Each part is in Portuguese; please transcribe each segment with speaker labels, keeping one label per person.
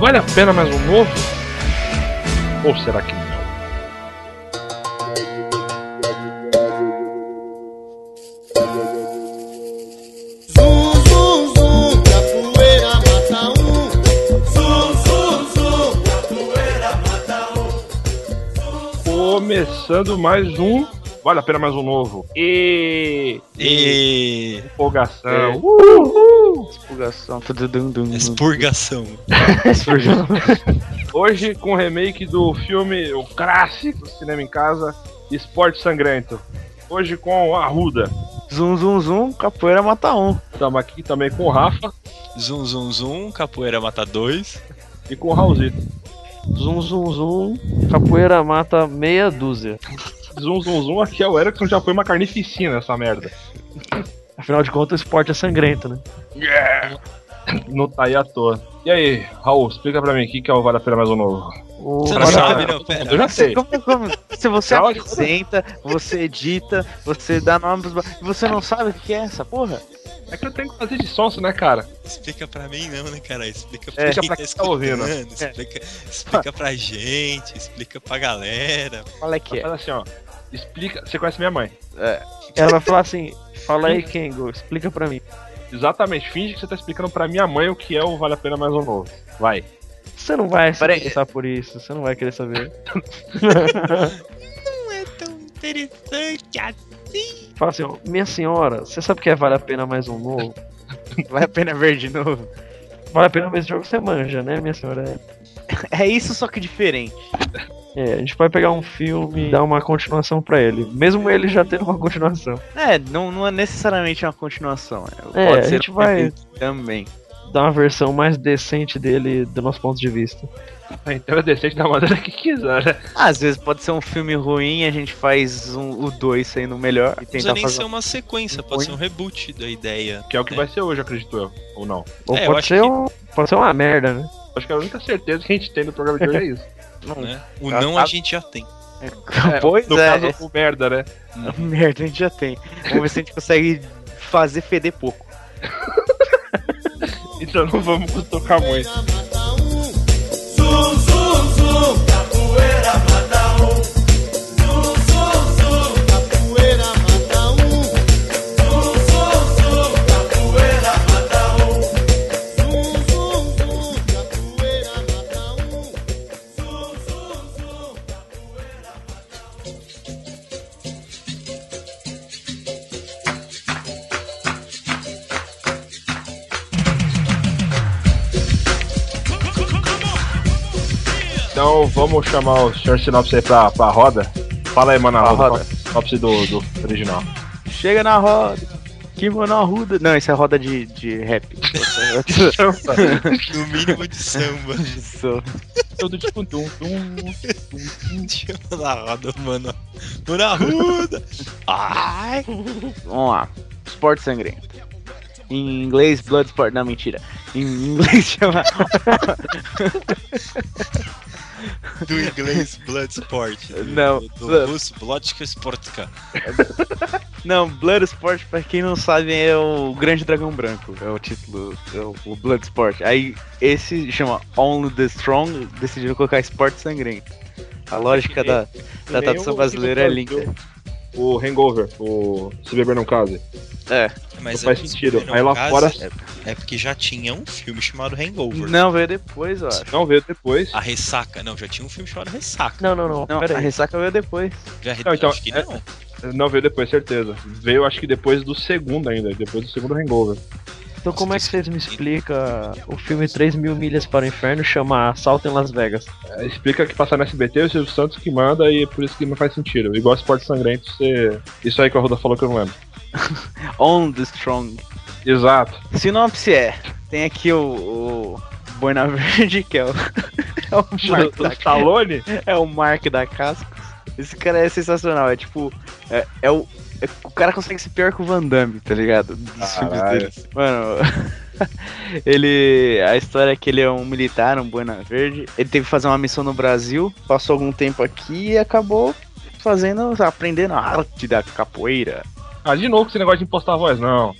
Speaker 1: Vale a pena mais um novo? Ou será que não?
Speaker 2: Zum, zum, zum, que a poeira mata um. Zum, zum, zum, que a poeira mata um.
Speaker 1: Começando mais um. Vale a pena mais um novo. E.
Speaker 3: E...
Speaker 1: Empolgação. Uh!
Speaker 4: É.
Speaker 1: Uhul!
Speaker 4: Expurgação. Tududum, dum, dum.
Speaker 3: Expurgação.
Speaker 4: Expurgação.
Speaker 1: Hoje com o remake do filme, o clássico do cinema em casa, Esporte Sangrento. Hoje com a Ruda.
Speaker 4: Zum, zum, zum, capoeira mata um.
Speaker 1: Estamos aqui também com o Rafa
Speaker 3: Zum, zum, zum. Capoeira mata dois.
Speaker 1: e com o Raulzito.
Speaker 5: Zum, zum, zum. Capoeira mata meia dúzia.
Speaker 1: Zum, zum, zum, aqui é o Erickson, já foi uma carnificina essa merda.
Speaker 5: Afinal de contas, o esporte é sangrento, né?
Speaker 1: Não tá aí à toa. E aí, Raul, explica pra mim o que que é o Vale a Pena Mais Um Novo.
Speaker 5: O...
Speaker 3: Você não
Speaker 1: Agora-
Speaker 5: né?
Speaker 3: sabe, não? Pera.
Speaker 1: Eu já sei.
Speaker 4: Como- é como- Se você
Speaker 1: Calma.
Speaker 4: apresenta, você edita, você dá nome pros... ba- E você não sabe o que que é essa porra?
Speaker 1: É que eu tenho que fazer de sonso, né, cara?
Speaker 3: Explica pra mim não, né, cara? Explica
Speaker 1: É,
Speaker 3: pra quem
Speaker 1: pra
Speaker 3: tá
Speaker 1: quem tá ouvindo.
Speaker 3: escutando, Explica, explica pra gente, explica pra galera.
Speaker 4: Qual é que é?
Speaker 1: Faz assim, ó. Explica. Você conhece minha mãe.
Speaker 5: Ela vai falar assim: fala aí, Kengo, explica pra mim.
Speaker 1: Exatamente. Finge que você tá explicando pra minha mãe o que é o Vale a Pena Mais Um Novo. Vai.
Speaker 5: Você não vai se
Speaker 4: Pera aí.
Speaker 5: interessar por isso, você não vai querer saber.
Speaker 3: Não é tão interessante assim.
Speaker 5: Fala assim: ó, minha senhora, você sabe o que é vale a pena mais um novo?
Speaker 4: Vale a pena ver de novo?
Speaker 5: Vale a pena mais um jogo você manja, né, minha senhora?
Speaker 4: É isso, só que diferente.
Speaker 5: É, a gente vai pegar um filme e dar uma continuação pra ele, mesmo ele já tendo uma continuação.
Speaker 4: É, não, não é necessariamente uma continuação. É,
Speaker 5: É, a
Speaker 4: pode ser
Speaker 5: gente
Speaker 4: um
Speaker 5: vai
Speaker 4: reboot também.
Speaker 5: dar uma versão mais decente dele, do nosso ponto de vista.
Speaker 1: Então é decente da maneira que quiser, né?
Speaker 4: Às vezes pode ser um filme ruim, a gente faz um- o 2 saindo melhor e
Speaker 3: Não precisa
Speaker 4: tentar
Speaker 3: nem
Speaker 4: fazer.
Speaker 3: ser uma sequência, pode ser um reboot da ideia.
Speaker 1: Que é o que vai ser hoje, acredito eu. Ou não.
Speaker 5: Ou
Speaker 3: É, eu
Speaker 5: pode,
Speaker 3: acho
Speaker 5: ser
Speaker 3: que-
Speaker 5: um, pode ser uma merda, né?
Speaker 1: Acho que a única certeza que a gente tem no programa de hoje é isso.
Speaker 3: Né? O
Speaker 4: Já
Speaker 3: não
Speaker 4: tá-
Speaker 3: a gente já tem.
Speaker 1: É,
Speaker 4: pois
Speaker 1: no
Speaker 4: é,
Speaker 1: caso, o merda, né?
Speaker 4: essa merda a gente já tem. Vamos ver se a gente consegue fazer feder pouco.
Speaker 1: Então não vamos tocar muito.
Speaker 2: Zum, zum, zum, que a poeira mata um. Zum, zum, zum, que a poeira mata um. Zum, zum, zum, que a poeira mata um. Zum, zum, zum, que a poeira mata um. Zum, zum, zum, que a poeira mata um.
Speaker 1: Então vamos chamar o senhor Sinopse aí pra, pra roda. Fala aí, mano, a roda.
Speaker 4: roda.
Speaker 1: Sinopse do, do original.
Speaker 4: Chega na roda. Kimono Arruda. Não, isso é roda de, de rap. é
Speaker 3: No mínimo de samba.
Speaker 4: Isso.
Speaker 1: Todo de tum, tum.
Speaker 3: Chama na roda, mano. Mano Arruda. Ai.
Speaker 4: Vamos lá. Esporte sangrento. Em inglês, Bloodsport. Não, mentira. Em inglês chama.
Speaker 3: Do inglês Bloodsport. Do,
Speaker 4: Não.
Speaker 3: Do russo Blotchka Sportka.
Speaker 4: Não, Bloodsport, pra quem não sabe, é o Grande Dragão Branco. É o título, é o o Bloodsport. Aí esse chama Only the Strong, decidiram colocar Esporte Sangrento. A lógica da,
Speaker 1: Tá,
Speaker 4: da tradução brasileira é linda.
Speaker 1: O Hangover, o Se Beber Não Case.
Speaker 4: É.
Speaker 3: Mas
Speaker 1: Não faz
Speaker 3: antes,
Speaker 1: sentido.
Speaker 3: no
Speaker 1: Aí lá
Speaker 3: caso,
Speaker 1: fora-
Speaker 3: É porque já tinha um filme chamado Hangover.
Speaker 4: Não, veio depois, eu acho.
Speaker 1: Não veio depois.
Speaker 3: A Ressaca. Não, já tinha um filme chamado Ressaca.
Speaker 5: Não, não, não.
Speaker 4: Não,
Speaker 5: Pera
Speaker 4: a
Speaker 5: aí.
Speaker 4: ressaca veio depois.
Speaker 3: Já re-
Speaker 1: Não, então,
Speaker 3: acho que
Speaker 1: é-
Speaker 3: não.
Speaker 1: Não veio depois, certeza. Veio acho que depois do segundo ainda, depois do segundo Hangover.
Speaker 5: Então como é que vocês me explicam o filme 3 mil milhas para o inferno chama Assalto em Las Vegas?
Speaker 1: É, Explica que passar no SBT é o Silvio Santos que manda e por isso que não faz sentido. Igual Esporte Sangrento, você. Isso aí que a Roda falou que eu não lembro.
Speaker 4: On the Strong.
Speaker 1: Exato.
Speaker 4: Sinopse é: tem aqui o, o Boina Verde, que é o, é, o Mark
Speaker 1: Do
Speaker 4: da,
Speaker 1: Stallone?
Speaker 4: é o Mark da Cascos. Esse cara é sensacional, é tipo. É, é o, é- o cara consegue ser pior que o Van Damme, tá ligado? Dos filmes
Speaker 1: Caralho.
Speaker 4: dele. Mano, ele. A história é que ele é um militar, um Boina Verde. Ele teve que fazer uma missão no Brasil, passou algum tempo aqui e acabou fazendo. aprendendo a arte da capoeira.
Speaker 1: Ah, de novo com esse negócio de impostar a voz, não.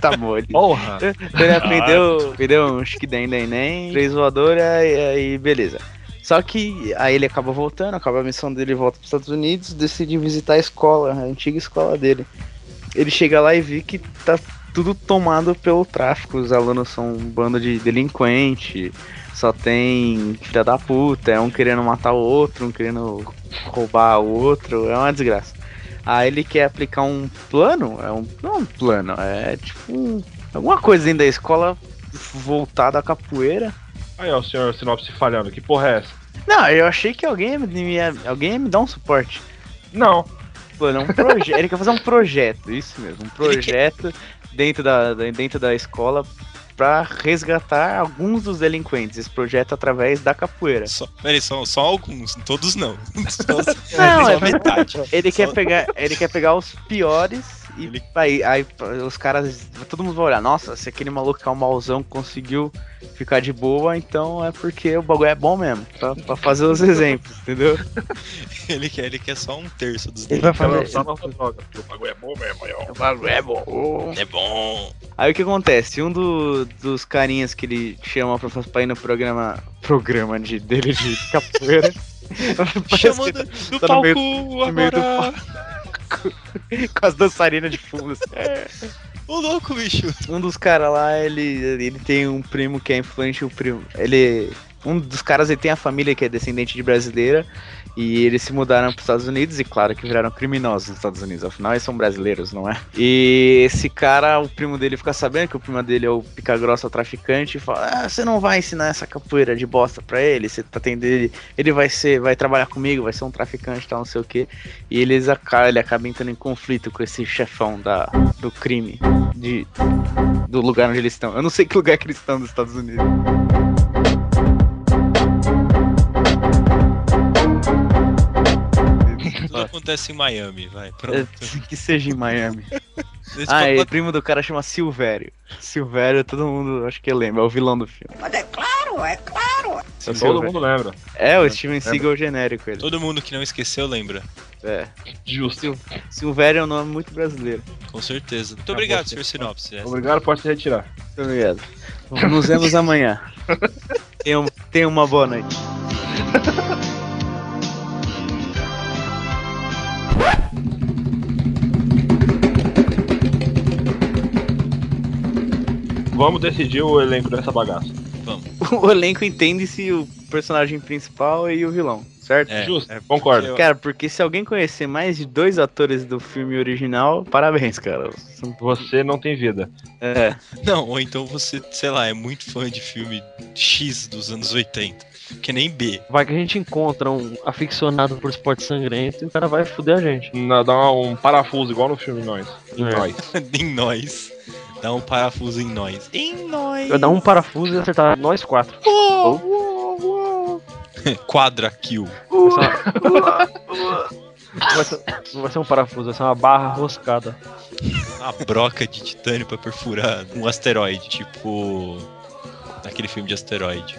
Speaker 4: tá mole.
Speaker 1: Porra!
Speaker 4: Então ele aprendeu, aprendeu um chiquidem den den, três voadora e, e beleza. Só que aí ele acaba voltando, acaba a missão dele, volta para os Estados Unidos, decide visitar a escola, a antiga escola dele. Ele chega lá e vê que tá tudo tomado pelo tráfico, os alunos são um bando de delinquente, só tem filha da puta, é um querendo matar o outro, um querendo roubar o outro, é uma desgraça. Aí ele quer aplicar um plano, é um, não é um plano, é tipo um- alguma coisa da escola voltada à capoeira.
Speaker 1: Aí, ó, o senhor sinopse falhando, que porra é essa?
Speaker 4: Não, eu achei que alguém me ia, alguém ia me dar um suporte.
Speaker 1: Não,
Speaker 4: Mano, é um proje- ele quer fazer um projeto, isso mesmo, um projeto dentro, da, da- dentro da escola pra resgatar alguns dos delinquentes. Esse projeto é através da capoeira.
Speaker 3: Só, peraí, só, só alguns, todos não. Só,
Speaker 4: Não,
Speaker 3: só
Speaker 4: é-
Speaker 3: metade.
Speaker 4: Ele quer
Speaker 3: Só-
Speaker 4: pegar, ele quer pegar os piores e
Speaker 3: Ele-
Speaker 4: aí, aí os caras, todo mundo vai olhar, nossa, se aquele maluco que é um mauzão conseguiu ficar de boa, então é porque o bagulho é bom mesmo, pra, pra fazer os exemplos, entendeu?
Speaker 3: Ele quer, ele quer só um terço dos
Speaker 5: Ele vai
Speaker 1: ela
Speaker 5: fazer.
Speaker 1: não tá nova droga. porque O bagulho é bom mesmo, aí, ó.
Speaker 4: O bagulho é bom.
Speaker 3: É bom.
Speaker 4: Aí o que acontece? Um do- dos carinhas que ele chama pra, pra ir no programa. Programa de, dele de capoeira.
Speaker 3: Chamando do
Speaker 4: tá no
Speaker 3: palco
Speaker 4: meio- no meio do
Speaker 3: agora.
Speaker 4: com as dançarinas de fundo. assim.
Speaker 3: Ô louco, bicho.
Speaker 4: Um dos caras lá, ele, ele tem um primo que é influente, o primo. Ele. Um dos caras ele tem a família que é descendente de brasileira. E eles se mudaram para os Estados Unidos e, claro, que viraram criminosos nos Estados Unidos. Afinal, eles são brasileiros, não é? E esse cara, o primo dele fica sabendo que o primo dele é o pica-grossa traficante e fala: Ah, você não vai ensinar essa capoeira de bosta pra ele, você tá tendo ele, ele vai ser, vai trabalhar comigo, vai ser um traficante e tal, não sei o quê. E eles acabam, ele acaba entrando em conflito com esse chefão da, do crime, de, do lugar onde eles estão. Eu não sei que lugar que eles estão nos Estados Unidos. Ah.
Speaker 3: Tudo acontece em Miami, vai.
Speaker 4: É,
Speaker 3: Pronto.
Speaker 4: que seja em Miami.
Speaker 3: Esse é
Speaker 4: Ah, e o
Speaker 3: papo-
Speaker 4: primo do cara chama Silvério. Silvério, todo mundo acho que lembra, é o vilão do filme.
Speaker 6: Mas é claro, é claro.
Speaker 1: Todo mundo lembra.
Speaker 4: É, o Steven Seagal genérico ele.
Speaker 3: Todo mundo que não esqueceu lembra.
Speaker 4: É.
Speaker 1: Justo.
Speaker 4: Silvério é um nome muito brasileiro.
Speaker 3: Com certeza. Muito obrigado,
Speaker 1: você.
Speaker 3: senhor Sinopse. Essa-
Speaker 1: Obrigado, pode se retirar.
Speaker 4: Muito obrigado. Nos vemos amanhã. Tenham, tenham uma boa noite.
Speaker 1: Vamos decidir o elenco dessa bagaça.
Speaker 4: O elenco entende-se o personagem principal e o vilão, certo?
Speaker 3: É,
Speaker 1: Justo,
Speaker 3: é,
Speaker 1: concordo.
Speaker 3: porque
Speaker 4: Cara, porque se alguém conhecer mais de dois atores do filme original, parabéns, cara. São-
Speaker 1: Você não tem vida.
Speaker 4: É.
Speaker 3: eu- Não, ou então você, sei lá, é muito fã de filme X dos anos 80. Que nem B.
Speaker 5: Vai que a gente encontra um aficionado por esporte sangrento e o cara vai fuder a gente.
Speaker 1: Não, dá uma- um parafuso igual no filme Nós. Em
Speaker 5: É.
Speaker 1: Nós.
Speaker 3: em nós. Dá um parafuso em nós. Em nós.
Speaker 5: Eu dar um parafuso e acertar nós quatro.
Speaker 3: Quadra kill.
Speaker 5: Vai ser uma- Não vai ser- Não vai ser um parafuso, vai ser uma barra roscada.
Speaker 3: Uma broca de titânio pra perfurar um asteroide. Tipo. Naquele filme de asteroide.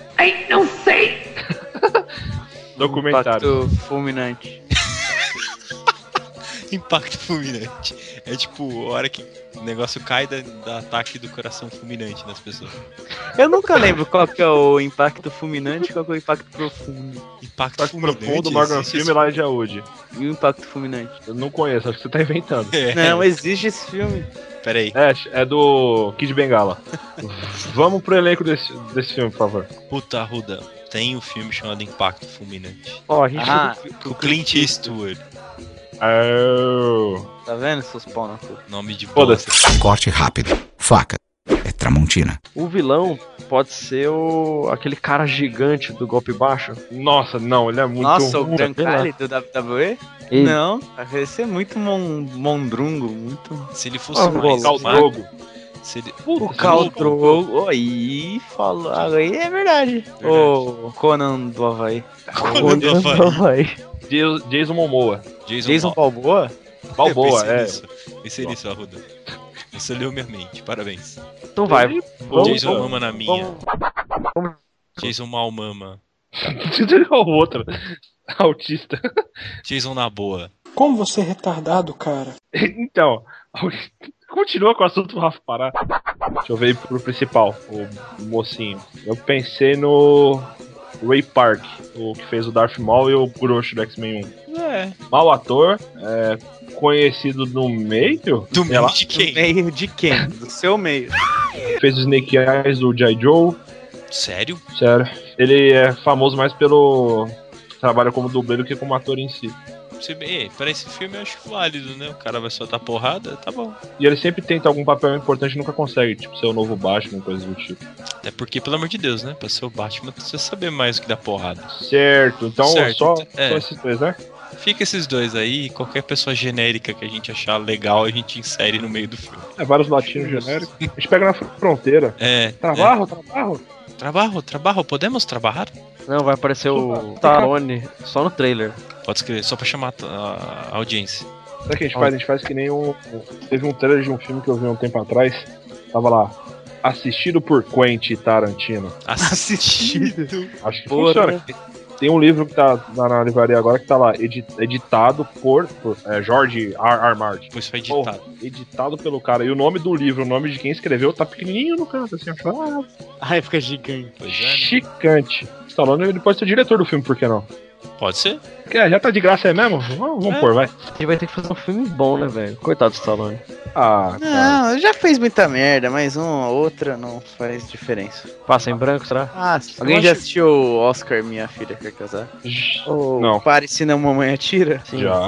Speaker 1: Documentário.
Speaker 4: um Impacto fulminante.
Speaker 3: Impacto fulminante. É tipo, a hora que o negócio cai da, da ataque do coração fulminante nas pessoas.
Speaker 4: Eu nunca lembro qual que é o impacto fulminante e qual que é o impacto profundo.
Speaker 3: Impacto
Speaker 1: Impacto
Speaker 3: fulminante.
Speaker 1: profundo, Morgan
Speaker 3: existe
Speaker 1: Freeman e Elijah Wood.
Speaker 4: E o impacto fulminante.
Speaker 1: é Eu não conheço, acho que você tá inventando.
Speaker 3: esse- É,
Speaker 4: Não, existe esse filme.
Speaker 3: peraí.
Speaker 1: É, é do Kid Bengala. Vamos pro elenco desse, desse filme, por favor.
Speaker 3: Puta, Ruda. Tem um filme chamado Impacto Fulminante.
Speaker 5: Ó, a gente
Speaker 4: Ah,
Speaker 3: O Clint Eastwood.
Speaker 1: Arr.
Speaker 4: tá vendo seus pau na cu?
Speaker 3: Nome de bola.
Speaker 1: Foda-se.
Speaker 7: Corte rápido. Faca. É Tramontina.
Speaker 5: O vilão pode ser o aquele cara gigante do golpe baixo.
Speaker 1: Nossa, não, ele é muito
Speaker 4: Nossa, o
Speaker 1: ruim.
Speaker 4: Brancari do WWE?
Speaker 5: Ele-
Speaker 4: Não, vai ser muito mon- mondrungo, muito...
Speaker 3: Se ele fosse
Speaker 5: Ah,
Speaker 3: mais
Speaker 1: Cal
Speaker 3: magro,
Speaker 1: Drogo.
Speaker 3: se ele...
Speaker 4: O Caldro. Aí falou. Aí é verdade. O Conan do Havaí.
Speaker 3: Conan do Havaí.
Speaker 5: Vai.
Speaker 1: Ja- Jason Momoa.
Speaker 4: Jason Balboa?
Speaker 1: Balboa,
Speaker 3: Pensei
Speaker 1: é.
Speaker 3: nisso. Pensei nisso, Arruda. Você leu minha mente, parabéns.
Speaker 5: Então vai.
Speaker 3: O
Speaker 1: Vamos- então.
Speaker 3: Jason
Speaker 1: vamos-
Speaker 3: mama na minha.
Speaker 5: Vamos,
Speaker 3: Jason mal mama.
Speaker 1: Diz ele ao outro. é Autista.
Speaker 3: Jason na boa.
Speaker 8: Como você é retardado, cara?
Speaker 1: Então, continua com o assunto do Rafa Pará. Deixa eu ver pro principal, o mocinho. Eu pensei no Ray Park, o que fez o Darth Maul e o Grosso do X-Men 1.
Speaker 3: É.
Speaker 1: Mau ator, é, conhecido no meio,
Speaker 3: Do
Speaker 1: Sei lá.
Speaker 3: meio de quem?
Speaker 4: Meio de quem? Do seu meio.
Speaker 1: fez o Snake Eyes do G.I. Joe,
Speaker 3: Sério?
Speaker 1: sério. Ele é famoso mais pelo trabalho como dublê do que como ator em si.
Speaker 3: Você, Ei, pra esse filme eu acho válido, né? O cara vai soltar porrada, tá bom.
Speaker 1: E ele sempre tenta algum papel importante e nunca consegue, tipo ser o novo Batman, coisa do tipo.
Speaker 3: Até porque, pelo amor de Deus, né? Pra ser o Batman, você saber mais o que dá porrada.
Speaker 1: Certo, então
Speaker 3: Certo,
Speaker 1: só,
Speaker 3: é.
Speaker 1: só esses dois, né?
Speaker 3: Fica esses dois aí, qualquer pessoa genérica que a gente achar legal, a gente insere no meio do filme.
Speaker 1: É, vários latinos genéricos. A gente pega na fronteira.
Speaker 3: É.
Speaker 1: Trabalho, trabalho.
Speaker 3: é. Trabalho, trabalho, podemos trabalhar?
Speaker 5: Não, vai aparecer o Tarone só no trailer.
Speaker 3: Pode escrever, só pra chamar a- a audiência.
Speaker 1: Sabe o que a gente faz? A gente faz que nem um. Teve um trailer de um filme que eu vi há um tempo atrás. Tava lá. Assistido por Quentin Tarantino.
Speaker 3: Assistido.
Speaker 1: Acho que
Speaker 4: Porra.
Speaker 3: né?
Speaker 1: funciona. Tem um livro que tá na, na livraria agora que tá lá, edi- editado por, por é, Jorge R. R. Martin.
Speaker 3: Depois foi
Speaker 1: Porra,
Speaker 3: editado.
Speaker 1: editado pelo cara. E o nome do livro, o nome de quem escreveu, tá pequenininho no canto, assim, acho ah,
Speaker 4: Ai, fica gigante.
Speaker 3: Pois é,
Speaker 1: chicante. Tá, Stallone ele pode ser diretor do filme, por que não?
Speaker 3: né? Pode ser?
Speaker 1: Quer, já tá de graça, é mesmo? Vamos, vamos
Speaker 3: É.
Speaker 1: pôr, vai.
Speaker 5: Ele vai ter que fazer um filme bom, né, velho? Coitado do Stallone.
Speaker 1: Ah, cara.
Speaker 4: Não, já fez muita merda, mas uma outra não faz diferença.
Speaker 5: Passa em branco, será?
Speaker 4: Ah, alguém já assistiu o Oscar Minha Filha Quer Casar? Ou
Speaker 1: Não.
Speaker 4: Pare Senão Mamãe Atira?
Speaker 1: Já.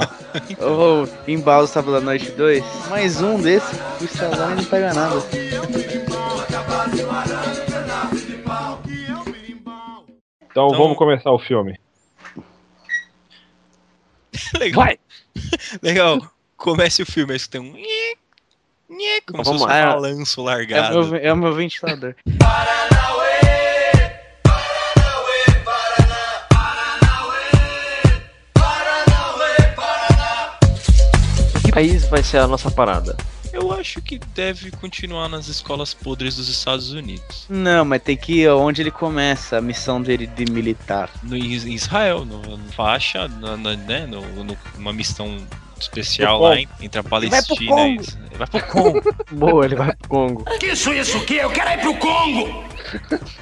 Speaker 4: Ou Embalo Sábado à Noite 2? Mais um desse, o Stallone não pega nada. É
Speaker 1: Então,
Speaker 3: Então-
Speaker 1: vamos começar o filme.
Speaker 3: legal. Legal. Comece o filme, aí você tem um. nhe, nhe, Como se
Speaker 4: Vamos
Speaker 3: fosse um
Speaker 4: lá.
Speaker 3: balanço
Speaker 4: É o,
Speaker 3: largado.
Speaker 4: meu, é o meu ventilador.
Speaker 5: Que país vai ser a nossa parada?
Speaker 3: Eu acho que deve continuar nas escolas podres dos Estados Unidos.
Speaker 4: Não, mas tem que ir onde ele começa a missão dele de militar.
Speaker 3: No, em em Israel, no, no faixa, na, na- né? No, no- numa missão especial
Speaker 1: Pro
Speaker 3: lá em- entre a Palestina e Israel. Vai pro Congo.
Speaker 5: Boa,
Speaker 4: É,
Speaker 5: ele vai pro Congo.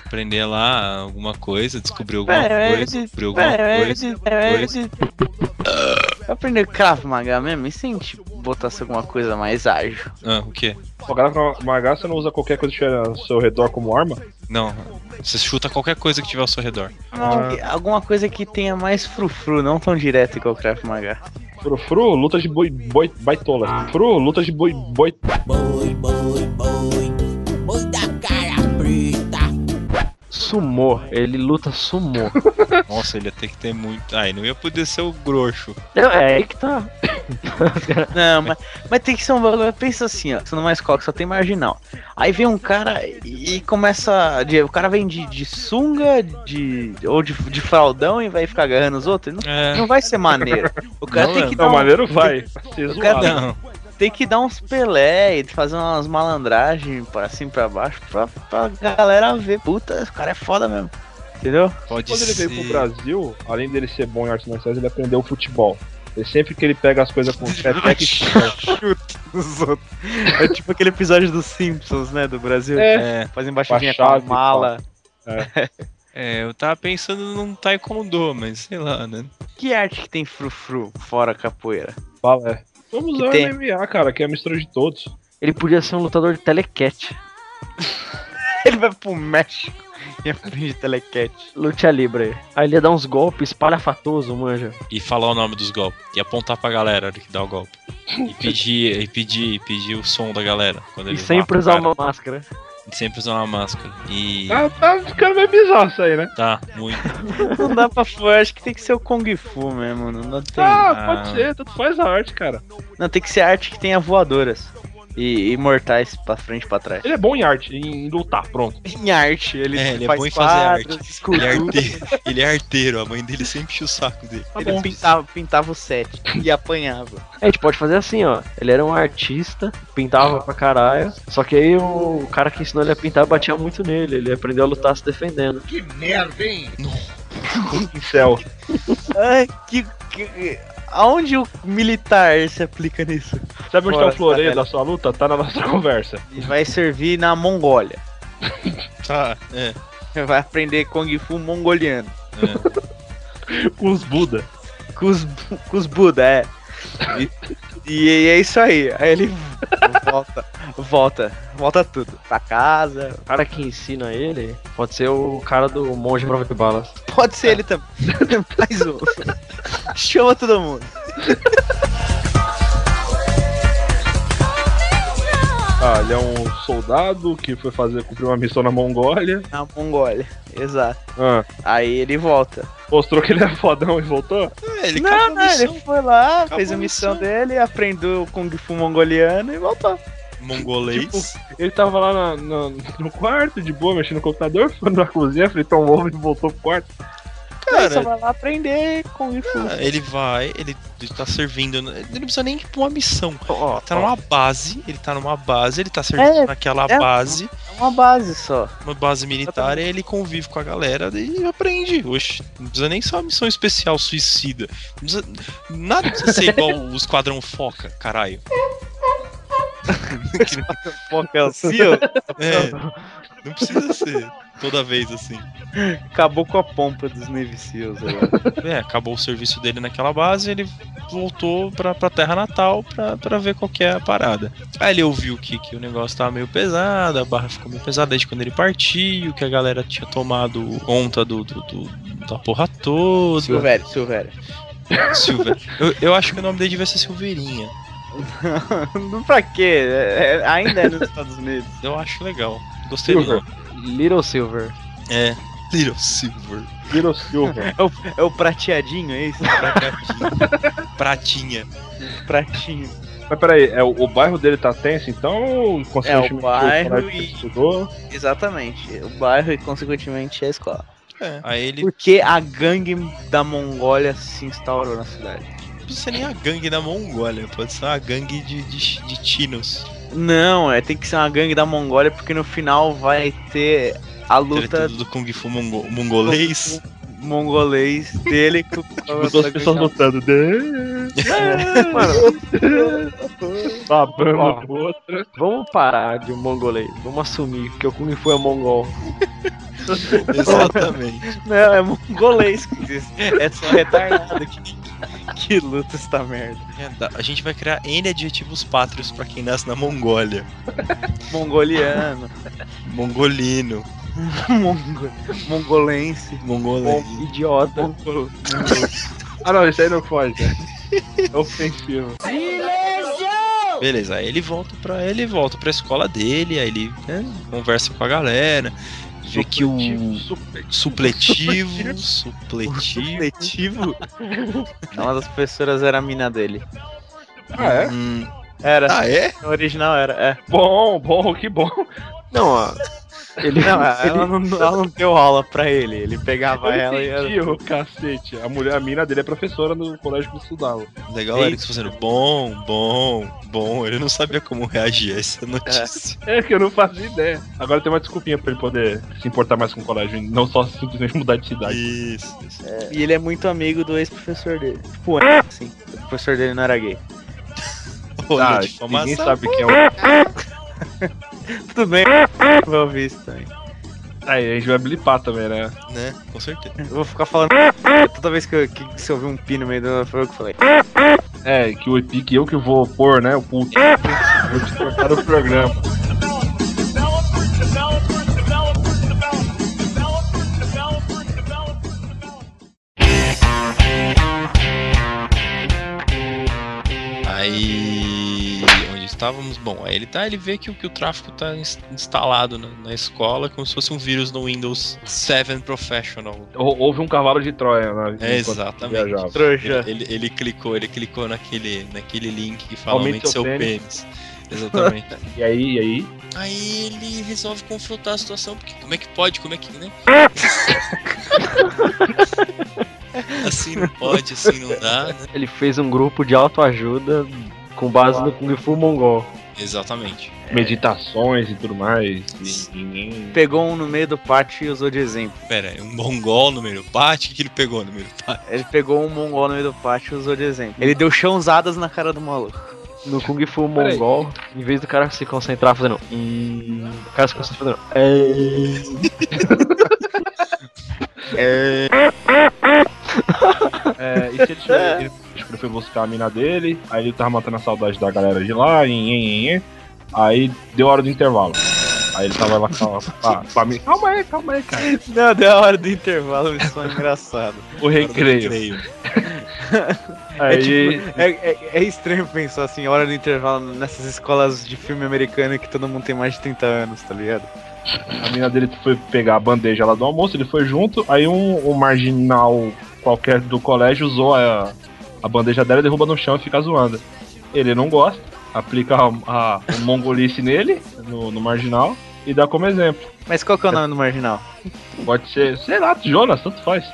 Speaker 3: Aprender lá alguma coisa, descobrir alguma
Speaker 4: é,
Speaker 3: coisa, descobrir alguma coisa. coisa.
Speaker 4: Vai aprender Krav Maga mesmo? E se a gente botasse assim alguma coisa mais ágil?
Speaker 3: Ah, o quê?
Speaker 1: O cara com uma garça não usa qualquer coisa que tiver ao seu redor como arma?
Speaker 3: Não. Você chuta qualquer coisa que tiver ao seu redor.
Speaker 5: Ah.
Speaker 4: Algu- Alguma coisa que tenha mais frufru, não tão direto igual o Krav Maga.
Speaker 1: Fru, fru luta de boi, boi, baitola.
Speaker 4: Ah.
Speaker 1: Fru, luta de boi, boi.
Speaker 2: Boi, boi, boi, boi da cara preta.
Speaker 5: Sumô, ele luta sumô.
Speaker 3: Nossa, ele ia ter que ter muito. Ai, não ia poder ser o grosso.
Speaker 5: Não, é aí que tá.
Speaker 4: Não, mas, mas tem que ser um valor. Pensa assim, ó. Você numa escola que só tem marginal. Aí vem um cara e, e começa. de- o cara vem de, de sunga, de. ou de, de fraldão e vai ficar agarrando os outros. Não,
Speaker 3: É.
Speaker 4: não vai ser maneiro. O cara
Speaker 3: Não
Speaker 4: tem,
Speaker 3: é.
Speaker 4: que dar
Speaker 1: Não,
Speaker 4: um-
Speaker 1: maneiro vai. Se
Speaker 4: cara
Speaker 1: zoar.
Speaker 3: Não.
Speaker 4: tem que dar uns Pelé e fazer umas malandragens pra cima e pra baixo pra, pra galera ver. Puta, o cara é foda mesmo. Entendeu?
Speaker 3: Pode
Speaker 1: Quando ele
Speaker 3: ser.
Speaker 1: veio pro Brasil, além dele ser bom em artes marciais, ele aprendeu futebol. E sempre que ele pega as coisas com cheteque,
Speaker 4: Os outros. É tipo aquele episódio dos Simpsons, né? Do Brasil.
Speaker 3: É.
Speaker 4: Fazem baixadinha com
Speaker 1: Com a
Speaker 4: a
Speaker 1: chave,
Speaker 4: mala.
Speaker 3: É, eu tava pensando num taekwondo, mas sei lá, né?
Speaker 4: Que arte que tem frufru fora capoeira?
Speaker 1: fala, é. Vamos
Speaker 4: Que
Speaker 1: usar
Speaker 4: tem.
Speaker 1: o MMA, cara, que é a mistura de todos.
Speaker 5: Ele podia ser um lutador de telecat.
Speaker 4: Ele vai pro México e aprende telequete.
Speaker 5: Luta livre. Aí ele ia dar uns golpes espalhafatoso, manja.
Speaker 3: E falar o nome dos golpes. E apontar pra galera hora que dá o golpe. E pedir, e pedir, e pedir o som da galera. Quando
Speaker 5: E
Speaker 3: ele
Speaker 5: sempre
Speaker 3: mata o
Speaker 5: usar
Speaker 3: cara.
Speaker 5: uma máscara.
Speaker 3: E sempre usar uma máscara. E.
Speaker 1: Ah, tá ficando meio bizarro isso aí, né?
Speaker 3: Tá, muito.
Speaker 4: Não dá pra fora, acho que tem que ser o Kung Fu mesmo. Não, não tem.
Speaker 1: Ah,
Speaker 3: Ah.
Speaker 1: pode ser, tanto faz a arte, cara.
Speaker 4: Não, tem que ser arte que tenha voadoras. E, e mortais pra frente e pra trás.
Speaker 1: Ele é bom em arte, em lutar, pronto.
Speaker 4: Em arte, ele,
Speaker 3: É, ele é
Speaker 4: faz
Speaker 3: bom em fazer
Speaker 4: quadros,
Speaker 3: Ele é,
Speaker 4: escultura.
Speaker 3: arteiro, ele é arteiro, a mãe dele sempre enche o saco dele.
Speaker 4: Ele pintava, pintava o set e apanhava.
Speaker 5: A gente pode fazer assim, ó. Ele era um artista, pintava pra caralho. Só que aí o cara que ensinou ele a pintar batia muito nele. Ele aprendeu a lutar se defendendo.
Speaker 1: Pincel.
Speaker 4: Ai, que, que- aonde o militar se aplica nisso?
Speaker 1: Sabe onde tá o
Speaker 4: Bora,
Speaker 1: floreio
Speaker 4: tá,
Speaker 1: da sua luta? Tá na nossa conversa.
Speaker 4: E vai servir na Mongólia.
Speaker 3: Tá, é.
Speaker 4: Vai aprender Kung Fu mongoliano.
Speaker 3: É.
Speaker 1: Com os Buda.
Speaker 4: Com os, bu- com os Buda, é. E, e é isso aí. Aí ele volta, volta, volta tudo. Pra casa.
Speaker 5: O cara que ensina ele pode ser o cara do monge prova de balas.
Speaker 4: Pode ser ele também. Mais um. Chama todo mundo.
Speaker 1: Ah, ele é um soldado que foi fazer cumprir uma missão na Mongólia.
Speaker 4: Na Mongólia. Exato.
Speaker 1: Ah,
Speaker 4: Aí ele volta.
Speaker 1: mostrou que ele é fodão e voltou.
Speaker 3: É, ele
Speaker 4: não,
Speaker 3: acabou a
Speaker 4: não,
Speaker 3: missão
Speaker 4: ele foi lá,
Speaker 3: Acabou
Speaker 4: fez a
Speaker 3: a
Speaker 4: missão,
Speaker 3: missão.
Speaker 4: dele, aprendeu o Kung Fu mongoliano e voltou.
Speaker 3: mongolês.
Speaker 1: Tipo, ele tava lá na- na- no quarto, de boa, mexendo no computador, foi na cozinha, fritou um ovo e voltou pro quarto.
Speaker 4: Cara,
Speaker 3: cara,
Speaker 4: só vai lá aprender Kung Fu.
Speaker 3: ah, ele vai, ele ele tá servindo. Ele não precisa nem ir pra uma missão.
Speaker 5: Ó,
Speaker 3: Ele tá
Speaker 5: ó,
Speaker 3: numa base, ele tá numa base, ele tá servindo
Speaker 4: É,
Speaker 3: naquela
Speaker 4: é.
Speaker 3: base,
Speaker 4: É uma base só.
Speaker 3: uma base militar, e aí ele convive com a galera e aprende. Oxe, não precisa nem ser uma missão especial suicida. Não precisa- nada precisa ser igual o Esquadrão Foca, caralho.
Speaker 4: Pocalcio
Speaker 3: É, não precisa ser toda vez assim.
Speaker 4: acabou com a pompa dos Nevicios.
Speaker 3: É, acabou o serviço dele naquela base, ele voltou pra, pra terra natal pra, pra ver qual que é a parada. Aí ele ouviu que, que o negócio tava meio pesado, a barra ficou meio pesada desde quando ele partiu, que a galera tinha tomado conta do, do- do- da porra toda.
Speaker 4: Silvério, Silvério.
Speaker 3: Silver. Eu, eu acho que o nome dele devia ser Silveirinha.
Speaker 4: Não pra quê? É- é- ainda é nos Estados Unidos.
Speaker 3: Eu acho legal. Gostei do
Speaker 1: Silver.
Speaker 3: nome.
Speaker 5: Little Silver.
Speaker 3: É. Little Silver.
Speaker 1: Little Silver.
Speaker 4: É o, é o prateadinho, é isso?
Speaker 3: Pratinha.
Speaker 4: Pratinho.
Speaker 1: Mas peraí, é, o, o bairro dele tá tenso, então? consequentemente,
Speaker 4: É, o bairro
Speaker 1: falar que
Speaker 4: e-
Speaker 1: Estudou.
Speaker 4: Exatamente. O bairro e, consequentemente, a escola.
Speaker 3: É. Aí ele.
Speaker 4: Porque a gangue da Mongólia se instaurou na cidade.
Speaker 3: Não precisa ser nem a gangue da Mongólia, pode ser uma gangue de, de, de chinos.
Speaker 4: Não, é, tem que ser uma gangue da Mongólia, porque no final vai ter a luta
Speaker 3: Tretudo tá do Kung Fu mongo- mongolês.
Speaker 4: mongolês dele com com
Speaker 1: Os Tipo, duas
Speaker 4: essa
Speaker 1: pessoas
Speaker 4: gangue.
Speaker 1: lutando.
Speaker 5: É, Mano, Ó.
Speaker 1: Babando pro outro.
Speaker 5: vamos parar de mongolês. Vamos assumir que o Kung Fu é mongol.
Speaker 3: Exatamente.
Speaker 4: Não, é mongolês que diz. É só retardado que, que luta esta merda.
Speaker 3: É, dá- A gente vai criar N adjetivos pátrios pra quem nasce na Mongólia.
Speaker 4: Mongoliano,
Speaker 3: Mongolino,
Speaker 4: mongo, mongolense,
Speaker 3: mongolês.
Speaker 5: É Idiota.
Speaker 4: mongol,
Speaker 1: Ah, não, isso aí não pode. É ofensivo.
Speaker 3: Beleza, aí ele volta pra ele volta pra escola dele, aí ele né, conversa com a galera, vê que o supletivo, supletivo.
Speaker 4: letivo. Uma das professoras era a mina dele.
Speaker 1: Ah, é?
Speaker 3: Hum,
Speaker 4: Era,
Speaker 3: ah, é?
Speaker 4: no original era, é.
Speaker 1: Bom, bom, que bom.
Speaker 5: Não, ó. Ele,
Speaker 4: Não,
Speaker 5: ele-
Speaker 4: ela não, ela não deu aula pra ele, ele pegava
Speaker 1: Eu
Speaker 4: ela e era...
Speaker 1: entendi, ô, cacete. A mulher, a mina dele é professora no colégio que eu estudava.
Speaker 3: Legal, era que fazendo bom, bom, bom. Ele não sabia como reagir a essa notícia.
Speaker 1: É que eu não fazia ideia. Agora tem uma desculpinha pra ele poder se importar mais com o colégio e não só simplesmente mudar de cidade.
Speaker 3: Isso, isso.
Speaker 4: E ele é muito amigo do ex-professor dele. Tipo, é, assim, o professor dele não era gay.
Speaker 3: Olha,
Speaker 1: Ah,
Speaker 3: difamação.
Speaker 1: ninguém sabe quem é o.
Speaker 4: Tudo bem, vou ouvir isso também.
Speaker 1: Aí a gente vai blipar também, né?
Speaker 3: né? Com certeza.
Speaker 4: Eu vou ficar falando toda vez que, eu, que, que se ouvir um pi no meio do foi eu que falei.
Speaker 1: É, que o Epic eu que vou pôr, né? O puto.
Speaker 3: É.
Speaker 1: Vou te cortar do programa.
Speaker 3: Aí. Onde estávamos? Bom, aí ele tá, ele vê que, o- que o tráfico tá ins- instalado na, na escola como se fosse um vírus no Windows 7 Professional.
Speaker 1: Hou- Houve um cavalo de Troia na
Speaker 3: É,
Speaker 1: enquanto
Speaker 3: exatamente.
Speaker 1: viajava.
Speaker 4: Trouxa.
Speaker 3: Ele, ele- ele clicou, ele clicou naquele, naquele link que fala
Speaker 1: Aumente
Speaker 3: aumente seu
Speaker 1: seu
Speaker 3: pênis. Exatamente.
Speaker 1: E aí, e aí?
Speaker 3: aí ele resolve confrontar a situação, porque como é que pode, como é que, né? assim não pode, assim não dá, né?
Speaker 5: ele fez um grupo de autoajuda com base no Kung Fu mongol.
Speaker 3: Exatamente.
Speaker 1: meditações e tudo mais. E ninguém.
Speaker 4: Pegou um no meio do pátio e usou de exemplo.
Speaker 3: Pera, um mongol no meio do pátio? O que que ele pegou no meio do pátio?
Speaker 4: Ele pegou um mongol no meio do pátio e usou de exemplo. Ele deu chãozadas na cara do maluco.
Speaker 5: No Kung Fu Mongol, em vez do cara se concentrar fazendo. "Hum", o cara se concentra fazendo. um, "É".
Speaker 1: É, e se ele, tiver- ele, tipo, ele foi buscar a mina dele, aí ele tava matando a saudade da galera de lá, e, e, e, e, aí deu a hora do intervalo. Aí ele tava lá com a, com a família. Calma aí, calma aí, cara.
Speaker 4: Não, deu a hora do intervalo, eles são engraçados.
Speaker 1: O recreio. tipo,
Speaker 3: Creio.
Speaker 1: Aí,
Speaker 4: É, é- é estranho pensar assim, hora do intervalo nessas escolas de filme americano que todo mundo tem mais de 30 anos, tá ligado?
Speaker 1: a mina dele foi pegar a bandeja lá do almoço, ele foi junto, aí um, um marginal qualquer do colégio usou a, a bandeja dela, derruba no chão e fica zoando. Ele não gosta, aplica a, a, o mongolice nele, no, no marginal, e dá como exemplo.
Speaker 4: Mas qual que é o nome do marginal?
Speaker 1: Pode ser, sei lá, Jonas, tanto faz.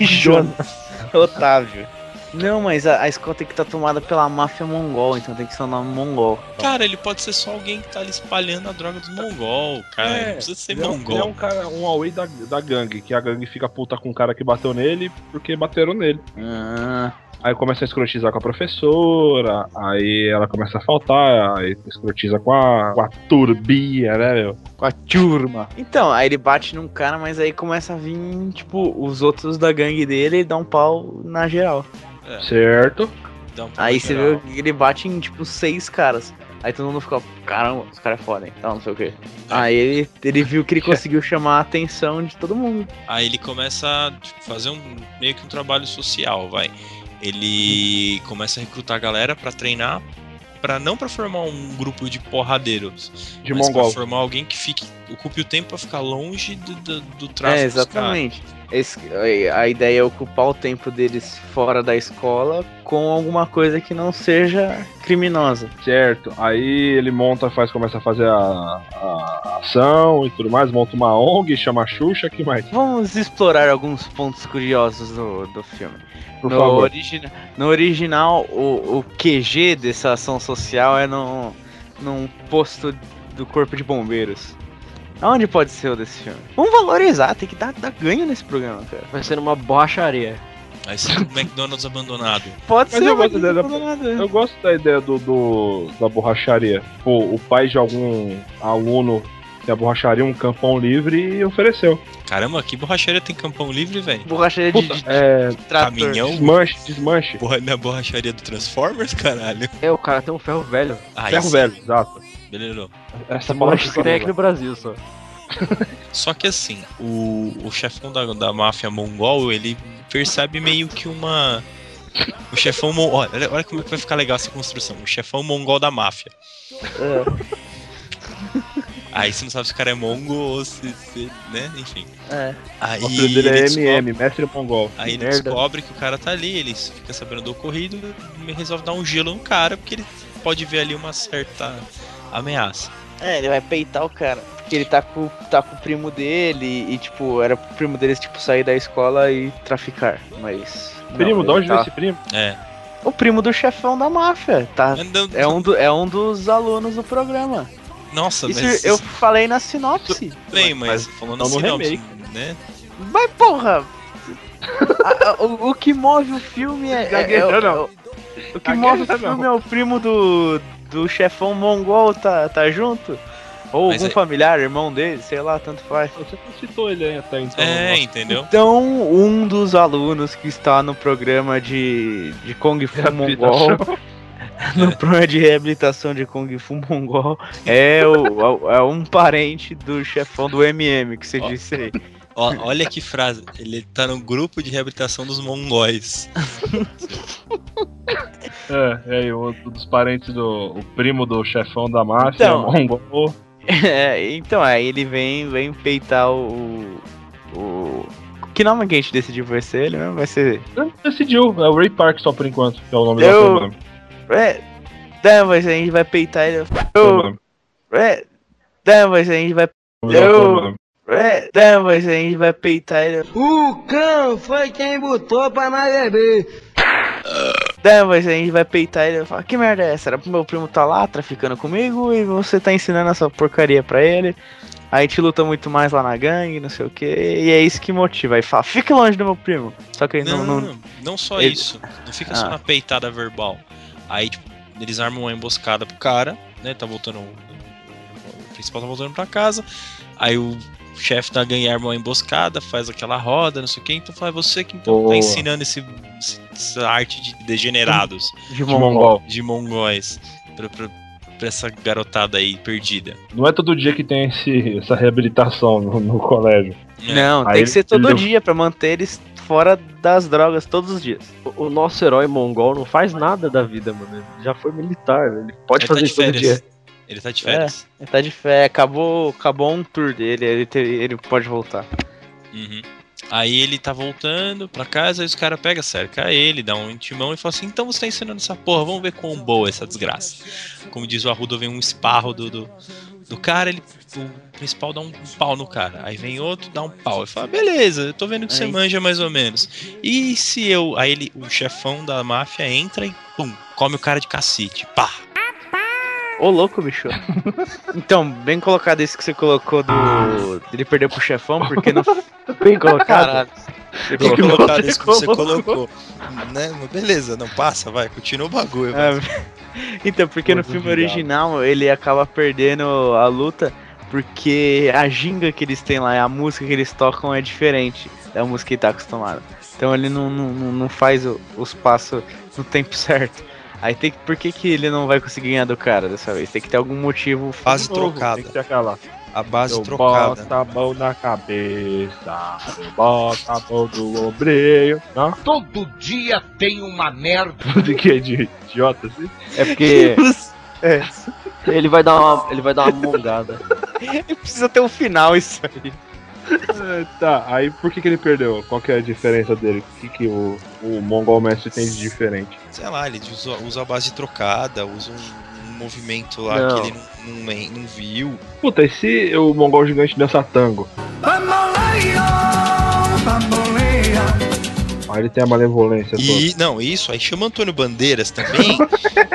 Speaker 4: Jonas. Otávio. Não, mas a, a escola tem que estar tomada pela máfia mongol, então tem que ser um nome mongol.
Speaker 3: Cara, ele pode ser só alguém que tá ali espalhando a droga dos mongol, cara.
Speaker 1: É,
Speaker 3: não precisa ser
Speaker 1: Ele é, um-
Speaker 3: mongol.
Speaker 1: ele é um cara, um away da, da gangue, que a gangue fica puta com o cara que bateu nele porque bateram nele.
Speaker 4: Ah,
Speaker 1: Aí começa a escrotizar com a professora, aí ela começa a faltar, aí escrotiza com a, com a turbia, né, meu?
Speaker 4: com a turma. Então, aí ele bate num cara, mas aí começa a vir, tipo, os outros da gangue dele e dá um pau na geral.
Speaker 3: É,
Speaker 1: Certo?
Speaker 3: dá um pouco
Speaker 4: Aí
Speaker 3: de
Speaker 4: você
Speaker 3: moral.
Speaker 4: vê que ele bate em tipo seis caras. Aí todo mundo fica, caramba, os caras é foda, hein? Então não sei o quê. Aí ele, ele viu que ele conseguiu chamar a atenção de todo mundo.
Speaker 3: Aí ele começa a tipo, fazer um meio que um trabalho social, vai. Ele começa a recrutar a galera pra treinar, para não pra formar um grupo de porradeiros,
Speaker 1: De
Speaker 3: mas
Speaker 1: mongol.
Speaker 3: pra formar alguém que fique ocupe o tempo pra ficar longe do, do, do tráfico.
Speaker 4: É,
Speaker 3: dos caras.
Speaker 4: exatamente. Esse- a a ideia é ocupar o tempo deles fora da escola com alguma coisa que não seja criminosa.
Speaker 1: Certo. Aí ele monta, faz, começa a fazer a, a ação e tudo mais, monta uma ONG, chama a Xuxa, que mais?
Speaker 4: Vamos explorar alguns pontos curiosos do, do filme.
Speaker 1: Por
Speaker 4: no,
Speaker 1: favor.
Speaker 4: origina- no original, o, o QG dessa ação social é num, num posto do Corpo de Bombeiros. Aonde pode ser o desse filme? Vamos valorizar, tem que dar, dar ganho nesse programa, cara.
Speaker 5: Vai ser uma borracharia.
Speaker 3: Aí você vê o McDonald's abandonado.
Speaker 4: Pode
Speaker 1: Mas
Speaker 4: ser,
Speaker 1: eu
Speaker 4: mas
Speaker 1: gosto
Speaker 4: não
Speaker 1: dela-
Speaker 4: tô nada.
Speaker 1: Eu gosto da ideia do, do- da borracharia. Pô, o pai de algum aluno tem a borracharia, um campão livre e ofereceu.
Speaker 3: Caramba, que borracharia tem campão livre, velho?
Speaker 4: Borracharia de,
Speaker 1: Puta,
Speaker 4: de
Speaker 1: é,
Speaker 4: trator.
Speaker 3: Caminhão?
Speaker 1: desmanche, desmanche.
Speaker 3: Borra, na borracharia do Transformers, caralho.
Speaker 5: É, o cara tem um ferro velho.
Speaker 3: Aí
Speaker 1: Ferro
Speaker 3: sim,
Speaker 1: velho, exato.
Speaker 3: Beleza.
Speaker 1: Essa palavra
Speaker 5: Mas
Speaker 1: que eu
Speaker 5: tem
Speaker 1: quero
Speaker 5: aqui no Brasil só.
Speaker 3: Só que assim, o, o chefão da, da máfia mongol, ele percebe meio que uma. O chefão mon- olha, olha- olha como é que vai ficar legal essa construção. O chefão mongol da máfia. Aí você não sabe se o cara é mongo ou se. se- né? Enfim.
Speaker 4: É.
Speaker 3: Aí
Speaker 1: O apelido dele
Speaker 3: ele
Speaker 1: é
Speaker 3: descobre-
Speaker 1: MM, mestre mongol.
Speaker 3: Aí ele
Speaker 5: merda.
Speaker 3: descobre que o cara tá ali, ele fica sabendo do ocorrido e resolve dar um gelo no cara, porque ele pode ver ali uma certa ameaça.
Speaker 4: É, ele vai peitar o cara. Porque ele tá com, tá com o primo dele e, tipo, era pro primo deles, tipo, sair da escola e traficar. Mas. não,
Speaker 1: Primo,
Speaker 4: ele
Speaker 1: de onde
Speaker 4: tá-
Speaker 1: vem esse primo?
Speaker 3: É.
Speaker 4: O primo do chefão da máfia. Tá, É um, do- é um dos alunos do programa.
Speaker 3: Nossa,
Speaker 4: Isso
Speaker 3: mas é
Speaker 4: eu falei na sinopse.
Speaker 3: bem, mas, falando
Speaker 1: não no
Speaker 3: assim, não,
Speaker 1: remake.
Speaker 3: né?
Speaker 4: Mas porra! A- a- o, o que move o filme é. é- é-
Speaker 1: Gaguejou,
Speaker 4: é-
Speaker 1: não.
Speaker 4: o que move o
Speaker 1: Gaguejou,
Speaker 4: filme
Speaker 1: não.
Speaker 4: é o primo do, do chefão mongol, tá, tá junto? Ou
Speaker 3: Mas
Speaker 4: algum
Speaker 3: aí-
Speaker 4: familiar, irmão dele, sei lá, tanto faz.
Speaker 1: Você não citou ele aí até então.
Speaker 3: É, entendeu?
Speaker 4: Então, um dos alunos que está no programa de, de Kung Fu Mongol, no programa de reabilitação de Kung Fu Mongol, é, o, é um parente do chefão do MM, que você
Speaker 3: Ó.
Speaker 4: disse aí.
Speaker 3: Ó, olha que frase. Ele tá no grupo de reabilitação dos mongóis.
Speaker 1: É, é, e o outro dos parentes do. O primo do chefão da máfia,
Speaker 4: Então.
Speaker 1: mongol.
Speaker 4: É, então, aí ele vem, vem peitar o, o... Que é nome que a gente decidiu vai ser ele mesmo? Vai ser...
Speaker 1: Não decidiu, é o Ray Park só por enquanto, que é o nome
Speaker 4: Eu-
Speaker 1: do nome.
Speaker 4: É, não, mas a gente vai peitar ele... Eu,
Speaker 1: Sobrenome.
Speaker 4: é, não, mas a gente vai...
Speaker 1: Nome do
Speaker 4: eu-
Speaker 1: sobrenome.
Speaker 4: É, não, mas a gente vai peitar ele...
Speaker 2: O cão foi quem botou pra nós beber.
Speaker 4: É, mas aí a gente vai peitar ele e vai falar, que merda é essa? Era pro meu primo tá lá traficando comigo e você tá ensinando essa porcaria pra ele. Aí a gente luta muito mais lá na gangue, não sei o que, e é isso que motiva. Aí fala, fique longe do meu primo. Só que ele
Speaker 3: Não, não,
Speaker 4: não. não-
Speaker 3: não só
Speaker 4: ele-
Speaker 3: isso. Não fica
Speaker 4: Ah.
Speaker 3: só na peitada verbal. Aí, tipo, eles armam uma emboscada pro cara, né? Tá voltando. O principal tá voltando pra casa. Aí o chefe da gangue arma uma emboscada, faz aquela roda, não sei o que. Então fala, "É você que então tá
Speaker 5: Boa.
Speaker 3: ensinando esse, esse- essa arte de degenerados,
Speaker 4: De
Speaker 1: De
Speaker 4: mongol.
Speaker 1: mongol.
Speaker 3: de mongóis, pra, pra- pra essa garotada aí perdida.
Speaker 1: Não é todo dia que tem esse, essa reabilitação no, no colégio.
Speaker 3: É.
Speaker 4: Não,
Speaker 1: Aí
Speaker 4: tem que ser
Speaker 1: ele-
Speaker 4: todo
Speaker 1: ele-
Speaker 4: dia pra manter eles fora das drogas todos os dias.
Speaker 5: O o nosso herói mongol não faz nada da vida, mano. Ele já foi militar, ele pode
Speaker 3: Ele tá
Speaker 5: fazer
Speaker 3: de
Speaker 5: isso todo
Speaker 3: férias.
Speaker 5: dia.
Speaker 3: Ele tá de férias.
Speaker 4: Ele tá de fé, acabou, acabou um tour dele, ele, te- ele pode voltar.
Speaker 3: Uhum. Aí ele tá voltando pra casa, aí os caras pegam, cerca ele, dá um intimão e fala assim: então você tá ensinando essa porra, vamos ver quão boa é essa desgraça. Como diz o Arruda, vem um esparro do, do, do cara, ele, o principal dá um pau no cara. Aí vem outro, dá um pau. Ele fala: beleza, eu tô vendo que você
Speaker 4: Aí.
Speaker 3: manja mais ou menos. E se eu. Aí ele, o chefão da máfia entra e pum, come o cara de cacete. Pá!
Speaker 4: Ô louco, bicho. então, bem colocado isso que você colocou do. Ele perdeu pro chefão, porque não.
Speaker 5: Bem colocado.
Speaker 4: Caralho. Você
Speaker 3: Bem
Speaker 4: colocou.
Speaker 3: colocado isso que você colocou. Né? Mas Beleza, não passa, vai, continua o bagulho. vai.
Speaker 4: É, então, porque no
Speaker 1: Muito
Speaker 4: filme
Speaker 1: obrigado.
Speaker 4: original ele acaba perdendo a luta porque a ginga que eles têm lá, a música que eles tocam é diferente da música que ele tá acostumado. Então ele não, não, não- não faz o- os passos no tempo certo. Aí tem que. Por que, que ele não vai conseguir ganhar do cara dessa vez? Tem que ter algum motivo.
Speaker 3: Base
Speaker 1: De novo,
Speaker 3: trocada.
Speaker 1: Tem que ser aquela.
Speaker 3: A base
Speaker 1: Eu
Speaker 3: trocada.
Speaker 1: boto a mão na cabeça, eu boto a mão no ombreio. Não?
Speaker 2: Todo dia tem uma merda.
Speaker 1: Tudo que é de idiota, assim.
Speaker 5: É porque
Speaker 4: É,
Speaker 5: ele vai dar uma, ele vai dar uma mongada.
Speaker 4: precisa ter um final isso aí.
Speaker 1: É, Tá, aí por que, que ele perdeu? Qual que é a diferença dele? O que, que o, o Mongol Mestre tem de diferente?
Speaker 3: Sei lá, ele usa, usa a base trocada, usa um, um movimento lá
Speaker 5: Não.
Speaker 3: que ele não, não lem- não viu.
Speaker 1: Puta, e se o Mongol Gigante dança tango? Aí ele tem a malevolência toda.
Speaker 3: E não, isso, aí chama Antônio Bandeiras também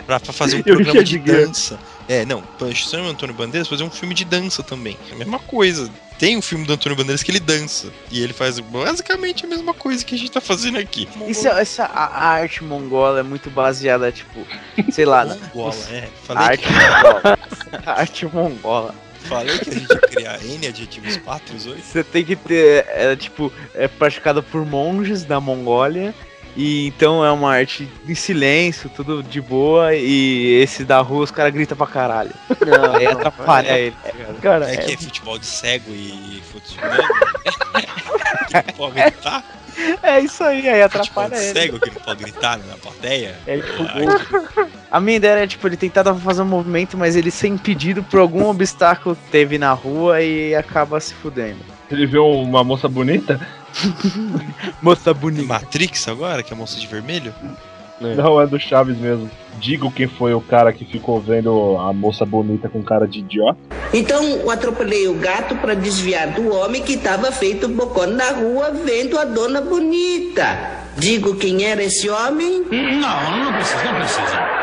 Speaker 3: pra, pra fazer um
Speaker 1: E o
Speaker 3: programa
Speaker 1: Richard
Speaker 3: de
Speaker 1: Gere.
Speaker 3: dança. É, não, pra- chama Antônio Bandeiras pra fazer um filme de dança também. É a mesma coisa. Tem um filme do Antônio Bandeiras que ele dança. E ele faz basicamente a mesma coisa que a gente tá fazendo aqui.
Speaker 4: Isso, é essa a, a arte mongola é muito baseada, tipo, sei lá, na
Speaker 3: Mongola, é.
Speaker 4: a
Speaker 3: Falei,
Speaker 4: arte mongola. A arte mongola.
Speaker 3: que, falei que a gente ia criar N adjetivos pátrios hoje.
Speaker 4: Você tem que ter, é, tipo, é praticada por monges da Mongólia. E então é uma arte em silêncio, tudo de boa. E esse da rua, os caras gritam pra caralho.
Speaker 5: Não,
Speaker 4: Aí
Speaker 5: não,
Speaker 4: atrapalha
Speaker 5: é-
Speaker 4: ele. tá ligado?
Speaker 5: Cara,
Speaker 3: É que
Speaker 5: é,
Speaker 3: é futebol de cego e futebol. que não pode gritar?
Speaker 4: É isso aí, aí
Speaker 5: tipo,
Speaker 3: Futebol de
Speaker 4: atrapalha ele.
Speaker 3: cego que não pode gritar na plateia?
Speaker 5: é tipo,
Speaker 3: Ah,
Speaker 4: A minha ideia era, tipo, ele tentar dar- fazer um movimento, mas ele ser impedido por algum obstáculo que teve na rua e acaba se fudendo.
Speaker 1: Ele vê uma moça bonita? tá
Speaker 4: Moça
Speaker 3: que-
Speaker 4: bonita.
Speaker 3: Matrix agora, que é a moça de vermelho?
Speaker 1: Não, é do Chaves mesmo. Digo quem foi o cara que ficou vendo a moça bonita com cara de idiota.
Speaker 6: Então eu atropelei o gato para desviar do homem que estava feito bocó na rua vendo a dona bonita. Digo quem era esse homem?
Speaker 2: Não, não precisa, não precisa.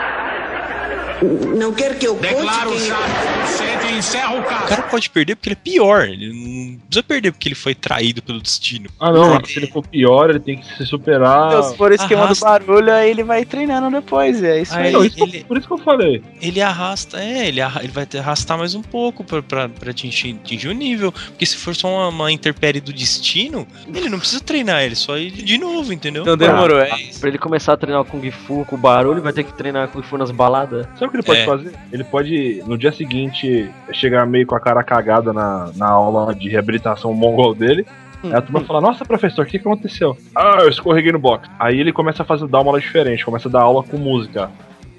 Speaker 6: Não quer que eu conte
Speaker 2: Declaro
Speaker 6: quem
Speaker 2: chave, senta e encerra o
Speaker 3: O
Speaker 2: caso.
Speaker 3: cara pode perder porque ele é pior. Ele não precisa perder porque ele foi traído pelo destino.
Speaker 1: Ah não, é que se ele for pior, ele tem que se superar.
Speaker 4: Então, se for o esquema
Speaker 3: Arrasta.
Speaker 4: do barulho, aí ele vai treinando depois. É isso
Speaker 3: Aí
Speaker 4: aí.
Speaker 1: Não, isso que eu-
Speaker 3: ele-
Speaker 1: Por isso que eu falei.
Speaker 3: Ele arrasta, é, ele, arra- ele vai ter- arrastar mais um pouco pra, pra, pra atingir, atingir o nível. Porque se for só uma, uma intempérie do destino, ele não precisa treinar, ele é só ir de novo, entendeu? Ah,
Speaker 4: Então demorou, é
Speaker 5: pra ele começar a treinar o Kung Fu com barulho, ele vai ter que treinar Kung Fu nas baladas.
Speaker 1: Sabe o que ele pode
Speaker 3: É.
Speaker 1: fazer? Ele pode, no dia seguinte, chegar meio com a cara cagada na, na aula de reabilitação mongol dele. Aí a turma fala, nossa professor, o que que aconteceu? Ah, eu escorreguei no box. Aí ele começa a fazer, dar uma aula diferente, começa a dar aula com música.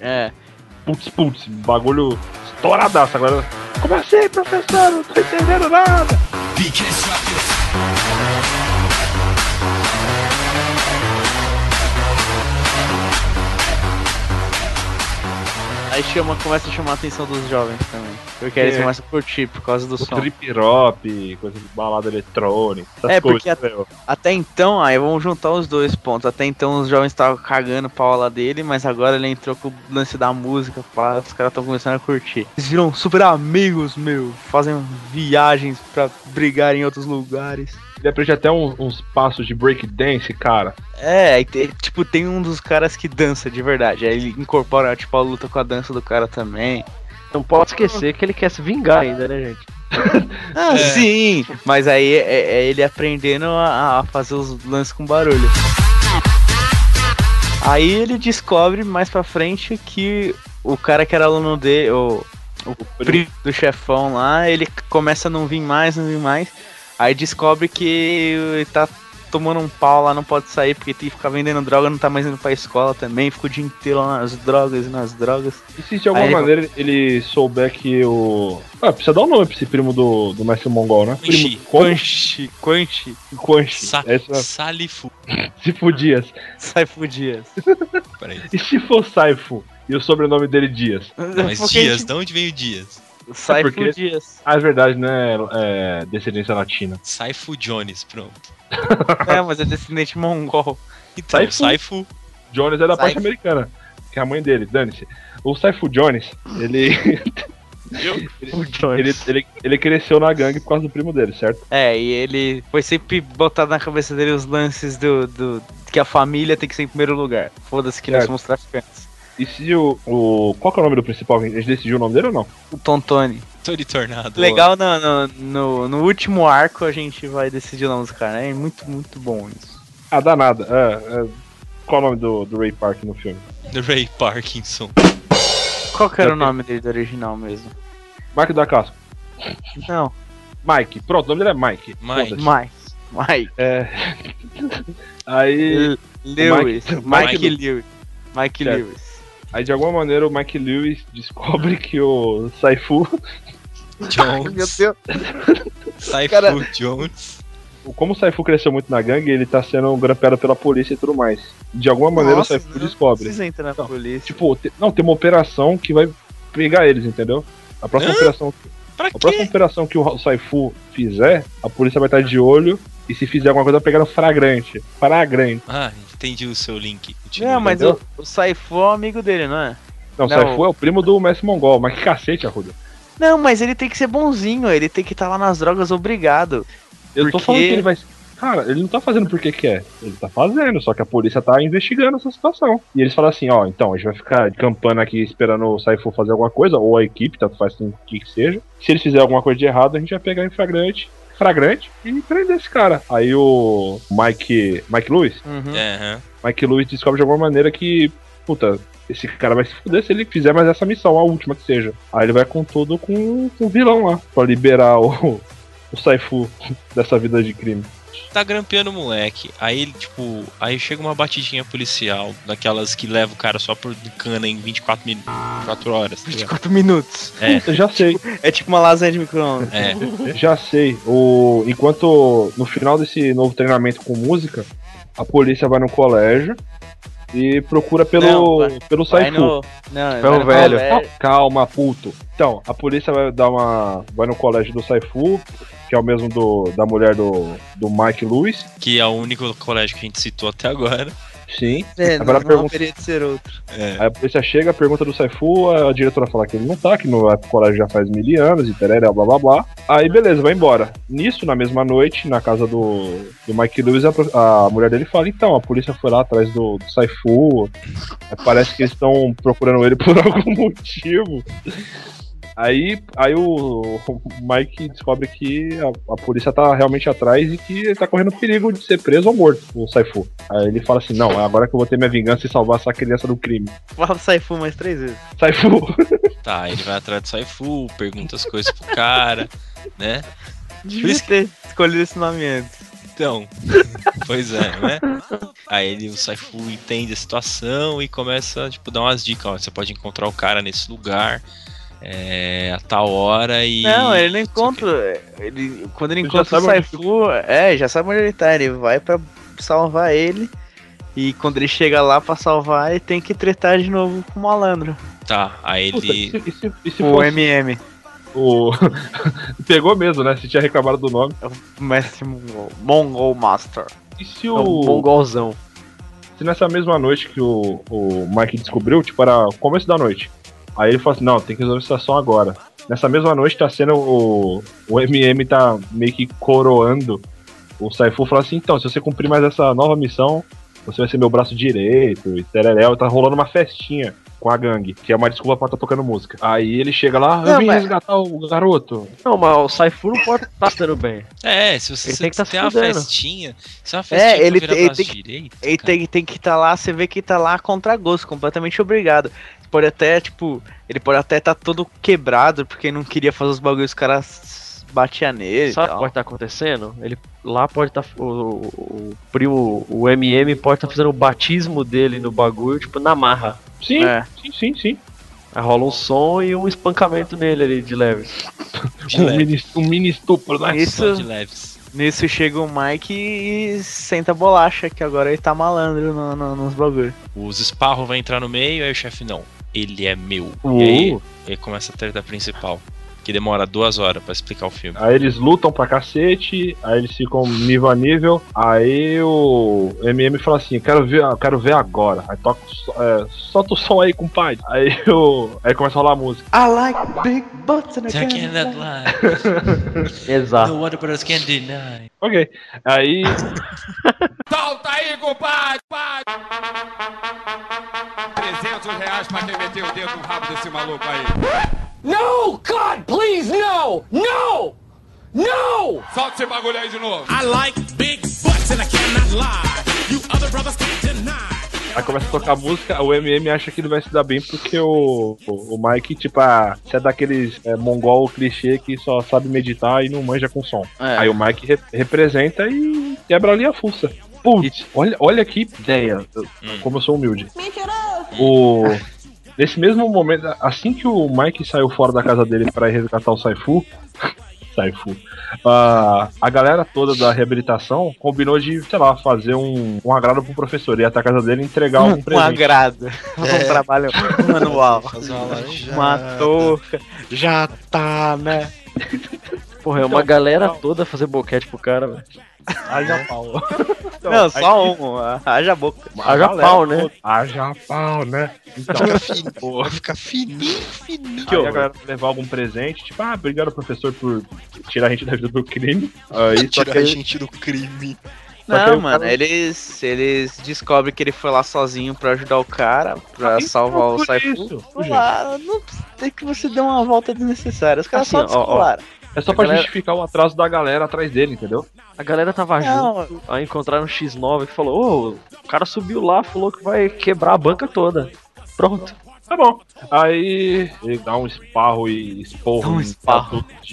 Speaker 4: É.
Speaker 1: Putz, putz, bagulho estouradaço. Agora, como assim, professor? Não tô entendendo nada.
Speaker 4: Aí chama, começa a chamar a atenção dos jovens também. Porque eles
Speaker 1: É.
Speaker 4: começam a curtir por causa do
Speaker 1: O
Speaker 4: som.
Speaker 1: trip hop, coisa de balada eletrônica. essas
Speaker 4: É, porque
Speaker 1: coisas, meu.
Speaker 4: Até então, aí vamos juntar os dois pontos. Até então os jovens estavam cagando pau lá dele, mas agora ele entrou com o lance da música, pá, os caras estão começando a curtir. Eles viram super amigos, meu, fazem viagens pra brigar em outros lugares.
Speaker 1: Ele aprende até um- uns passos de breakdance, cara.
Speaker 4: É, aí te- tipo, tem um dos caras que dança de verdade. Aí ele incorpora, tipo, a luta com a dança do cara também.
Speaker 5: Não pode esquecer que ele quer se vingar ainda, né, gente?
Speaker 4: Ah,
Speaker 3: É.
Speaker 4: sim! Mas aí é, é ele aprendendo a, a fazer os lances com barulho. Aí ele descobre mais pra frente que o cara que era aluno dele, o, o primo do chefão lá, ele começa a não vir mais, não vir mais. Aí descobre que ele tá tomando um pau lá, não pode sair porque tem que ficar vendendo droga, não tá mais indo pra escola também, fica o dia inteiro lá nas drogas e nas drogas.
Speaker 1: E se de alguma
Speaker 4: Aí-
Speaker 1: maneira ele souber que o. Ah, precisa dar um nome pra esse primo do, do mestre mongol, né?
Speaker 3: Quanxi.
Speaker 1: Primo Quan-
Speaker 4: Quanxi, Quanxi,
Speaker 1: Quan Chi.
Speaker 3: Sa
Speaker 4: É
Speaker 1: Essa-
Speaker 3: Salifu.
Speaker 1: Se for Dias.
Speaker 4: sai por dias.
Speaker 3: Peraí.
Speaker 1: E se for Saifu? E o sobrenome dele Dias?
Speaker 3: Mas
Speaker 4: é Porque a
Speaker 3: Dias,
Speaker 4: gente-
Speaker 3: de onde veio Dias?
Speaker 4: Sai
Speaker 1: porque-
Speaker 4: por dias.
Speaker 1: Ah, é verdade, né? É, descendência latina.
Speaker 3: Saifu Jones, pronto.
Speaker 4: É, mas é descendente mongol.
Speaker 3: Então,
Speaker 1: Saifu.
Speaker 3: Saifu.
Speaker 1: Jones é da parte
Speaker 4: Saifu.
Speaker 1: americana. Que é a mãe dele, dane-se. O Saifu Jones, ele,
Speaker 5: O Jones.
Speaker 1: ele, ele, ele cresceu na gangue por causa do primo dele, certo?
Speaker 4: É, e ele foi sempre botado na cabeça dele os lances do, do- que a família tem que ser em primeiro lugar. Foda-se que nós
Speaker 1: Certo.
Speaker 4: somos traficantes.
Speaker 1: E se o, o. Qual que é o nome do principal? A gente decidiu o nome dele ou não?
Speaker 4: O Tontone.
Speaker 3: Tony Tornado.
Speaker 4: Legal, no, no, no, no último arco a gente vai decidir o nome dos caras. É muito, muito bom isso.
Speaker 1: Ah, danada. É, é, qual é o nome do, do Ray Park no filme?
Speaker 3: ó. Ray Parkinson.
Speaker 4: Qual que era o nome dele do original mesmo?
Speaker 1: Mike da Casca.
Speaker 4: Não,
Speaker 1: Mike. Pronto, o nome dele é Mike.
Speaker 3: Mike.
Speaker 1: Foda-se.
Speaker 4: Mike. Mike.
Speaker 1: É. Aí,
Speaker 3: É.
Speaker 4: L- Lewis.
Speaker 1: Mike-
Speaker 4: Mike,
Speaker 3: Mike-
Speaker 4: Lewis. Mike
Speaker 1: Certo.
Speaker 4: Lewis.
Speaker 1: aí, de alguma maneira, o Mike Lewis descobre que o Saifu.
Speaker 3: Jones.
Speaker 4: Deus.
Speaker 3: Saifu
Speaker 4: Cara-
Speaker 3: Jones.
Speaker 1: Como o Saifu cresceu muito na gangue, ele tá sendo grampeado pela polícia e tudo mais. De alguma maneira,
Speaker 4: Nossa,
Speaker 1: o
Speaker 3: né?
Speaker 1: Saifu
Speaker 4: não
Speaker 1: descobre.
Speaker 4: Precisa entrar na
Speaker 1: Não,
Speaker 4: polícia.
Speaker 1: Tipo, te- não, tem uma operação que vai pegar eles, entendeu? A próxima
Speaker 3: Hã?
Speaker 1: operação
Speaker 3: Pra
Speaker 1: A próxima
Speaker 3: quê?
Speaker 1: operação que o Saifu fizer, a polícia vai estar de olho. E se fizer alguma coisa, vai pegar no flagrante. Flagrante.
Speaker 3: Ah, entendi o seu link. Continua.
Speaker 4: Não, mas o,
Speaker 1: entendeu?
Speaker 4: o Saifu é um amigo dele, não é?
Speaker 1: Não,
Speaker 4: Não.
Speaker 1: Saifu é o primo do mestre mongol. Mas que cacete, Arruda.
Speaker 4: Não, mas ele tem que ser bonzinho, ele tem que estar lá nas drogas obrigado.
Speaker 1: Eu tô
Speaker 4: Porque-
Speaker 1: falando que ele vai... Cara, ele não tá fazendo porque quer. Ele tá fazendo, só que a polícia tá investigando essa situação. E eles falam assim, ó, então, a gente vai ficar campando aqui esperando o Saifu fazer alguma coisa, ou a equipe, tanto faz o que que seja. Se ele fizer alguma coisa de errado, a gente vai pegar em flagrante, flagrante e prender esse cara. Aí o Mike... Mike Lewis?
Speaker 4: Uhum.
Speaker 3: É, aham.
Speaker 1: Mike Lewis descobre de alguma maneira que, puta, esse cara vai se fuder se ele fizer mais essa missão, a última que seja. Aí ele vai com todo com, com o vilão lá, pra liberar o, o Saifu dessa vida de crime.
Speaker 3: Tá grampeando o moleque. Aí, ele, tipo, aí chega uma batidinha policial, daquelas que leva o cara só por cana em 24 minutos. 4 horas. tá ligado?
Speaker 4: 4 minutos.
Speaker 3: É,
Speaker 1: Eu já sei,
Speaker 4: É tipo né? uma lasanha de micro-ondas.
Speaker 3: é.
Speaker 1: já sei. O, enquanto no final desse novo treinamento com música, a polícia vai no colégio e procura
Speaker 4: Não,
Speaker 1: pelo,
Speaker 4: vai-
Speaker 1: pelo
Speaker 4: Vai
Speaker 1: Saifu.
Speaker 4: no. Não,
Speaker 5: Ferro
Speaker 4: vai no
Speaker 5: velho.
Speaker 1: Calma, calma, puto. Então, a polícia vai dar uma. Vai no colégio do Saifu, que é o mesmo do, da mulher do, do Mike Lewis.
Speaker 3: Que é o único colégio que a gente citou até agora.
Speaker 1: Sim.
Speaker 4: É, não,
Speaker 1: Agora
Speaker 4: não
Speaker 1: pergunta-
Speaker 4: haveria de ser outro.
Speaker 3: É.
Speaker 1: Aí a polícia chega, pergunta do Saifu, a diretora fala que ele não tá, que no o colégio já faz mil anos e tereré, blá blá blá. Aí beleza, vai embora. Nisso, na mesma noite, na casa do, do Mike Lewis, a, pro- a mulher dele fala: então, a polícia foi lá atrás do, do Saifu, Aí parece que eles estão procurando ele por algum motivo. Aí, aí o, o Mike descobre que a, a polícia tá realmente atrás e que ele tá correndo perigo de ser preso ou morto, o Saifu. Aí ele fala assim: não, é agora que eu vou ter minha vingança e salvar essa criança do crime.
Speaker 4: Fala Saifu mais três vezes.
Speaker 1: Saifu.
Speaker 3: Tá, ele vai atrás do Saifu, pergunta as coisas pro cara, né?
Speaker 4: Devia ter escolhido esse nome antes.
Speaker 3: Então, pois é, né? Aí ele, o Saifu entende a situação e começa, tipo, dar umas dicas, ó, você pode encontrar o cara nesse lugar, é, a tal hora e...
Speaker 4: Não, ele não
Speaker 3: sei o
Speaker 4: encontra. Ele, quando ele
Speaker 1: Ele já
Speaker 4: encontra o
Speaker 1: sabe onde
Speaker 4: Saifu, é, já sabe onde ele tá. Ele vai pra salvar ele. E quando ele chega lá pra salvar, ele tem que tretar de novo com o malandro.
Speaker 3: quê. Tá, aí
Speaker 1: Puta, e
Speaker 3: ele...
Speaker 1: se, e
Speaker 4: Tipo
Speaker 1: se- e se
Speaker 4: O
Speaker 1: fosse,
Speaker 4: MM.
Speaker 1: O... Pegou mesmo, né? Se tinha reclamado do nome.
Speaker 4: Mestre Mongol, Mongol Master.
Speaker 1: E se
Speaker 5: É um
Speaker 1: o.
Speaker 5: mongolzão.
Speaker 1: Se nessa mesma noite que o, o Mike descobriu, tipo, era começo da noite. Aí ele falou assim, não, tem que resolver a situação agora. Nessa mesma noite tá sendo o. O MM tá meio que coroando. O Saifu falou assim, então, se você cumprir mais essa nova missão, você vai ser meu braço direito e tereréu. Tá rolando uma festinha com a gangue, que é uma desculpa pra tá tocando música. Aí ele chega lá, eu
Speaker 4: Não,
Speaker 1: vim
Speaker 4: mas-
Speaker 1: resgatar o garoto.
Speaker 5: Não, mas o Saifu não pode estar dando bem.
Speaker 3: É, se você
Speaker 5: Ele
Speaker 3: se
Speaker 5: tem que tá se
Speaker 3: tem uma
Speaker 5: fudendo.
Speaker 3: festinha, se é uma festinha pra
Speaker 4: ele
Speaker 3: virar
Speaker 4: tem- ele
Speaker 3: braço
Speaker 4: tem
Speaker 3: direito, cara.
Speaker 4: E tem, tem que estar lá, você vê que tá lá contra gosto, completamente obrigado. Pode até, tipo, ele pode até tá todo quebrado porque não queria fazer os bagulhos, os caras batiam nele e
Speaker 5: Sabe o que
Speaker 4: tal.
Speaker 5: pode estar acontecendo? Ele lá pode estar. o, o, o primo, o MM, pode estar fazendo o batismo dele no bagulho, tipo, na marra.
Speaker 1: Sim,
Speaker 4: É.
Speaker 1: sim, sim, sim.
Speaker 5: Aí rola um som e um espancamento nele ali de leve.
Speaker 3: de
Speaker 1: Um
Speaker 3: leve,
Speaker 1: mini, um mini estupro, né?
Speaker 4: Isso,
Speaker 3: só de leves.
Speaker 4: nisso chega o Mike e senta a bolacha, que agora ele tá malandro no- no- nos bagulhos.
Speaker 3: Os esparros vão entrar no meio, aí o chefe, não, ele é meu.
Speaker 4: Uh.
Speaker 3: E aí, aí começa a treta principal, que demora duas horas pra explicar o filme.
Speaker 1: Aí eles lutam pra cacete, aí eles ficam nível a nível, aí o MM fala assim, quero ver, quero ver agora. Aí toca, o so- é, solta o som aí, compadre. Aí o. Aí começa a rolar a música.
Speaker 4: I like big butts and I
Speaker 3: I
Speaker 4: can't
Speaker 3: cannot lie.
Speaker 5: Exato.
Speaker 3: No other brothers can deny.
Speaker 1: Ok. Aí.
Speaker 2: Solta aí, compadre! compadre. 300 reais pra quem meteu o dedo no rabo desse maluco aí. No, God, please, no! No! No! Solta esse bagulho aí de novo. I like big butts and I cannot lie. You other brothers can't deny.
Speaker 1: Aí começa a tocar a música, o MM acha que ele vai se dar bem porque o, o o Mike, tipo, ah, você é daqueles é, mongol clichê que só sabe meditar e não manja com som.
Speaker 4: É.
Speaker 1: Aí o Mike re- representa e quebra ali a fuça. Putz, olha, olha que ideia, eu- como eu sou humilde. O, nesse mesmo momento, assim que o Mike saiu fora da casa dele pra ir resgatar o Saifu, Saifu, ah, a galera toda da reabilitação combinou de, sei lá, fazer um, um agrado pro professor, ir até a casa dele e entregar um
Speaker 4: Um
Speaker 1: presente.
Speaker 4: agrado. Um trabalho manual.
Speaker 3: Fazer uma laranja.
Speaker 4: Uma touca. Já tá, né?
Speaker 5: Porra, é
Speaker 4: Então,
Speaker 5: uma galera toda fazer boquete pro cara, velho.
Speaker 1: Haja pau. Então,
Speaker 4: Não,
Speaker 1: aí-
Speaker 4: só um. ah, Haja boca.
Speaker 5: Haja
Speaker 1: galera
Speaker 5: pau, né?
Speaker 1: Haja pau, né? Então, pô,
Speaker 3: Vai ficar fininho, fininho.
Speaker 1: aí a galera levar algum presente, tipo, ah, obrigado professor por tirar a gente da vida do crime. Aí, só que
Speaker 3: Tirar a
Speaker 1: aí-
Speaker 3: gente do crime.
Speaker 1: Só que aí
Speaker 4: Não,
Speaker 1: o
Speaker 4: mano,
Speaker 1: cara-
Speaker 4: eles, eles descobrem que ele foi lá sozinho pra ajudar o cara, pra
Speaker 1: Então,
Speaker 4: salvar o
Speaker 1: por
Speaker 4: Saifu.
Speaker 1: isso,
Speaker 4: Foi
Speaker 1: gente.
Speaker 4: lá, não tem que você deu uma volta desnecessária. Os caras
Speaker 5: Assim,
Speaker 4: só
Speaker 5: ó, ó.
Speaker 4: descolaram.
Speaker 1: É só
Speaker 5: A
Speaker 1: pra
Speaker 5: galera-
Speaker 1: justificar o atraso da galera atrás dele, entendeu?
Speaker 5: A galera tava
Speaker 4: Não.
Speaker 5: junto, aí encontraram um X9 que falou, ô, o cara subiu lá, falou que vai quebrar a banca toda. Pronto.
Speaker 1: Tá bom. Aí ele dá um esparro e esporro
Speaker 4: Dá um
Speaker 1: no
Speaker 4: esparro.
Speaker 1: estatuto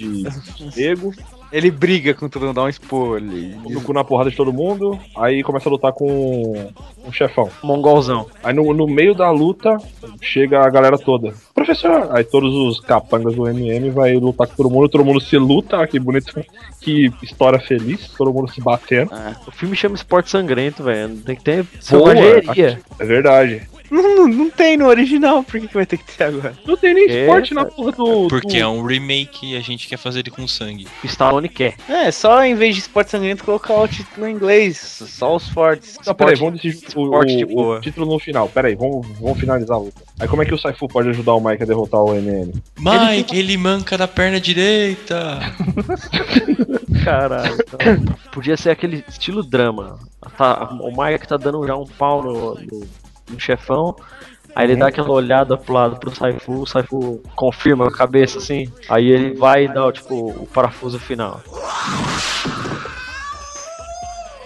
Speaker 1: de nego,
Speaker 4: Ele briga com todo mundo, dá um expor ali.
Speaker 1: põe o cu na porrada de todo mundo, aí começa a lutar com um chefão.
Speaker 5: Mongolzão.
Speaker 1: Aí no, no meio da luta chega a galera toda. Professor! Aí todos os capangas do MM vai lutar com todo mundo, todo mundo se luta, ah, que bonito, que história feliz, todo mundo se batendo.
Speaker 5: O filme chama Esporte Sangrento, velho. Tem que ter
Speaker 1: Boa.
Speaker 5: selvageria.
Speaker 1: É verdade.
Speaker 4: Não, não tem no original, por que, que vai ter que ter agora?
Speaker 1: Não tem nem
Speaker 5: É,
Speaker 1: esporte na porra do. do...
Speaker 3: Porque é um remake e a gente quer fazer ele com sangue.
Speaker 5: Stallone quer.
Speaker 4: É, só em vez de esporte sangrento colocar o título em inglês, só os fortes.
Speaker 1: Não, peraí, vamos decidir o,
Speaker 4: esporte de
Speaker 1: o- o
Speaker 4: boa.
Speaker 1: título no final. Peraí, vamos, vamos finalizar a luta. Aí como é que o Saifu pode ajudar o Mike a derrotar o MM?
Speaker 3: Mike, ele manca da perna direita.
Speaker 5: Caralho. então, podia ser aquele estilo drama. Tá- o Mike tá dando já um pau no, no- no chefão. Aí ele dá aquela olhada pro lado pro Saifu, o Saifu confirma a cabeça assim. Aí ele vai e dá, tipo, o parafuso final.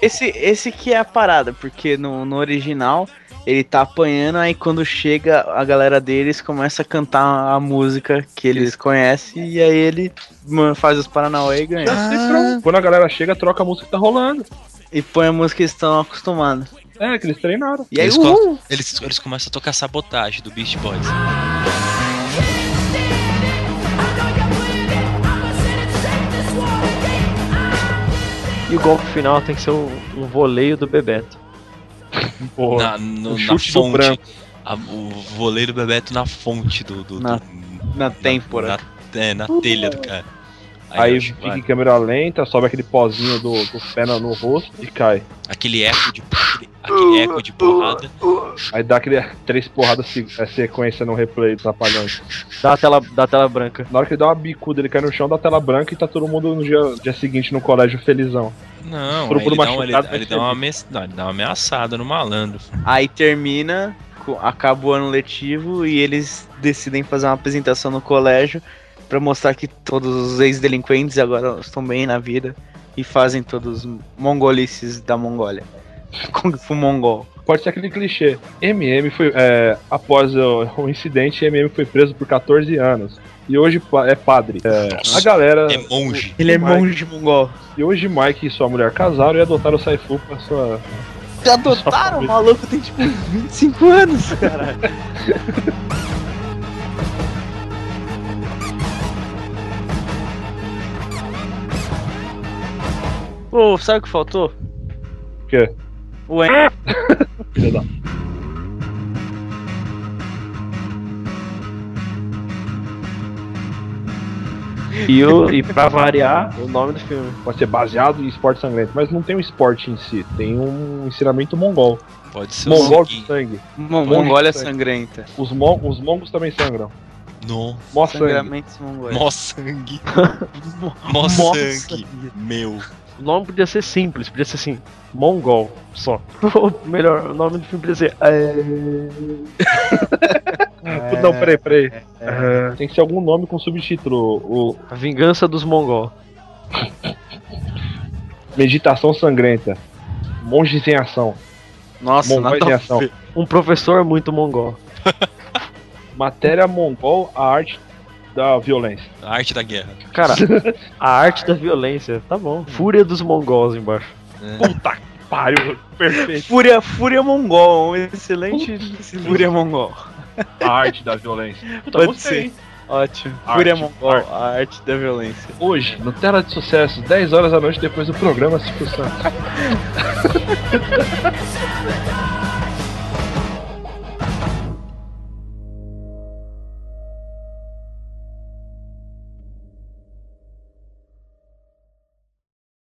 Speaker 4: Esse, esse que é a parada, porque no, no original ele tá apanhando, aí quando chega a galera deles começa a cantar a música que eles conhecem, e aí ele mano, faz os Paranauê e ganha.
Speaker 1: Quando a galera chega, troca a música que tá rolando.
Speaker 4: E põe a música que estão acostumados.
Speaker 1: É, que eles treinaram.
Speaker 4: E aí,
Speaker 3: Eles
Speaker 4: uhul!
Speaker 3: Eles, eles começam a tocar sabotagem do Beast Boys.
Speaker 5: E o golpe final tem que ser um, um voleio do Bebeto.
Speaker 1: Porra.
Speaker 3: na, no-
Speaker 1: o
Speaker 3: na
Speaker 1: chute do
Speaker 3: fonte.
Speaker 1: branco.
Speaker 3: A- o voleiro Bebeto na fonte do. do-
Speaker 4: Na-
Speaker 3: do-
Speaker 4: na têmpora.
Speaker 3: na é, na telha do cara.
Speaker 1: Uh. Aí,
Speaker 3: eu-
Speaker 1: fica em câmera lenta, sobe aquele pozinho do, do pé no, no rosto e cai.
Speaker 3: aquele eco de aquele, aquele eco de porrada.
Speaker 1: Aí dá aquele três porradas se- é, sequência no replay dos apagões.
Speaker 5: Da tela, da tela branca.
Speaker 1: Na hora que ele dá uma bicuda, ele cai no chão da tela branca e tá todo mundo no dia, dia seguinte no colégio felizão.
Speaker 3: Não,
Speaker 1: Procura
Speaker 3: aí ele, dá,
Speaker 1: machucado,
Speaker 3: um- ele-
Speaker 1: vai
Speaker 3: ele dá
Speaker 1: feliz.
Speaker 3: uma, ameaça- não, ele dá uma ameaçada no malandro.
Speaker 4: Aí termina, co- acaba o ano letivo e eles decidem fazer uma apresentação no colégio pra mostrar que todos os ex-delinquentes agora estão bem na vida e fazem todos os mongolices da Mongólia. Kung Fu Mongol.
Speaker 1: Pode ser aquele clichê. MM foi. é, após o, o incidente, MM foi preso por 14 anos. E hoje pa- é padre. É,
Speaker 3: Nossa.
Speaker 1: a galera.
Speaker 3: É monge.
Speaker 4: Ele é
Speaker 1: Mike.
Speaker 4: monge mongol.
Speaker 1: E hoje Mike e sua mulher casaram e adotaram o Saifu pra sua.
Speaker 4: Já adotaram? O maluco tem tipo 25 anos, cara. Ô, sabe o que faltou?
Speaker 1: O quê?
Speaker 4: O
Speaker 1: Ah!
Speaker 4: Eng.
Speaker 1: Filha da
Speaker 5: E, o, e pra variar, o nome do filme.
Speaker 1: pode ser baseado em esporte sangrento, mas não tem um esporte em si, tem um ensinamento mongol.
Speaker 3: Pode ser
Speaker 1: é. Mongol
Speaker 3: o
Speaker 1: de
Speaker 3: seguinte.
Speaker 1: sangue.
Speaker 4: Mon- Mongólia
Speaker 1: Monge.
Speaker 4: sangrenta.
Speaker 1: Os, mon os mongos também sangram.
Speaker 3: No,
Speaker 1: Mó sangue.
Speaker 4: Sangramentos mongóis.
Speaker 3: mó sangue. Mó
Speaker 5: Mó
Speaker 3: sangue. Meu.
Speaker 5: O nome podia ser simples, podia ser assim, Mongol, só. Ou melhor, o nome do filme podia ser. é,
Speaker 4: É.
Speaker 1: Não, peraí, peraí. Ah, Tem que ser algum nome com subtítulo. O
Speaker 5: A Vingança dos Mongol.
Speaker 1: Meditação Sangrenta. Monges em ação.
Speaker 4: Nossa,
Speaker 1: Mongóis
Speaker 4: nada
Speaker 1: em
Speaker 4: a
Speaker 1: ação.
Speaker 4: ver.
Speaker 5: Um professor muito mongol.
Speaker 1: Matéria mongol, a arte da violência.
Speaker 3: A arte da guerra.
Speaker 5: Cara, a arte da violência, tá bom. Fúria dos mongols embaixo.
Speaker 1: Puta que pariu, perfeito.
Speaker 4: Fúria, Fúria Mongol, um excelente Fúria Mongol.
Speaker 1: A arte da violência. Puta,
Speaker 4: Pode
Speaker 1: gostei. hein?
Speaker 4: Ótimo.
Speaker 1: Arte,
Speaker 4: Fúria Mongol, a arte da violência.
Speaker 1: Hoje, no Tela de Sucesso, 10 horas da noite depois do programa Silvio Santos.
Speaker 2: Thank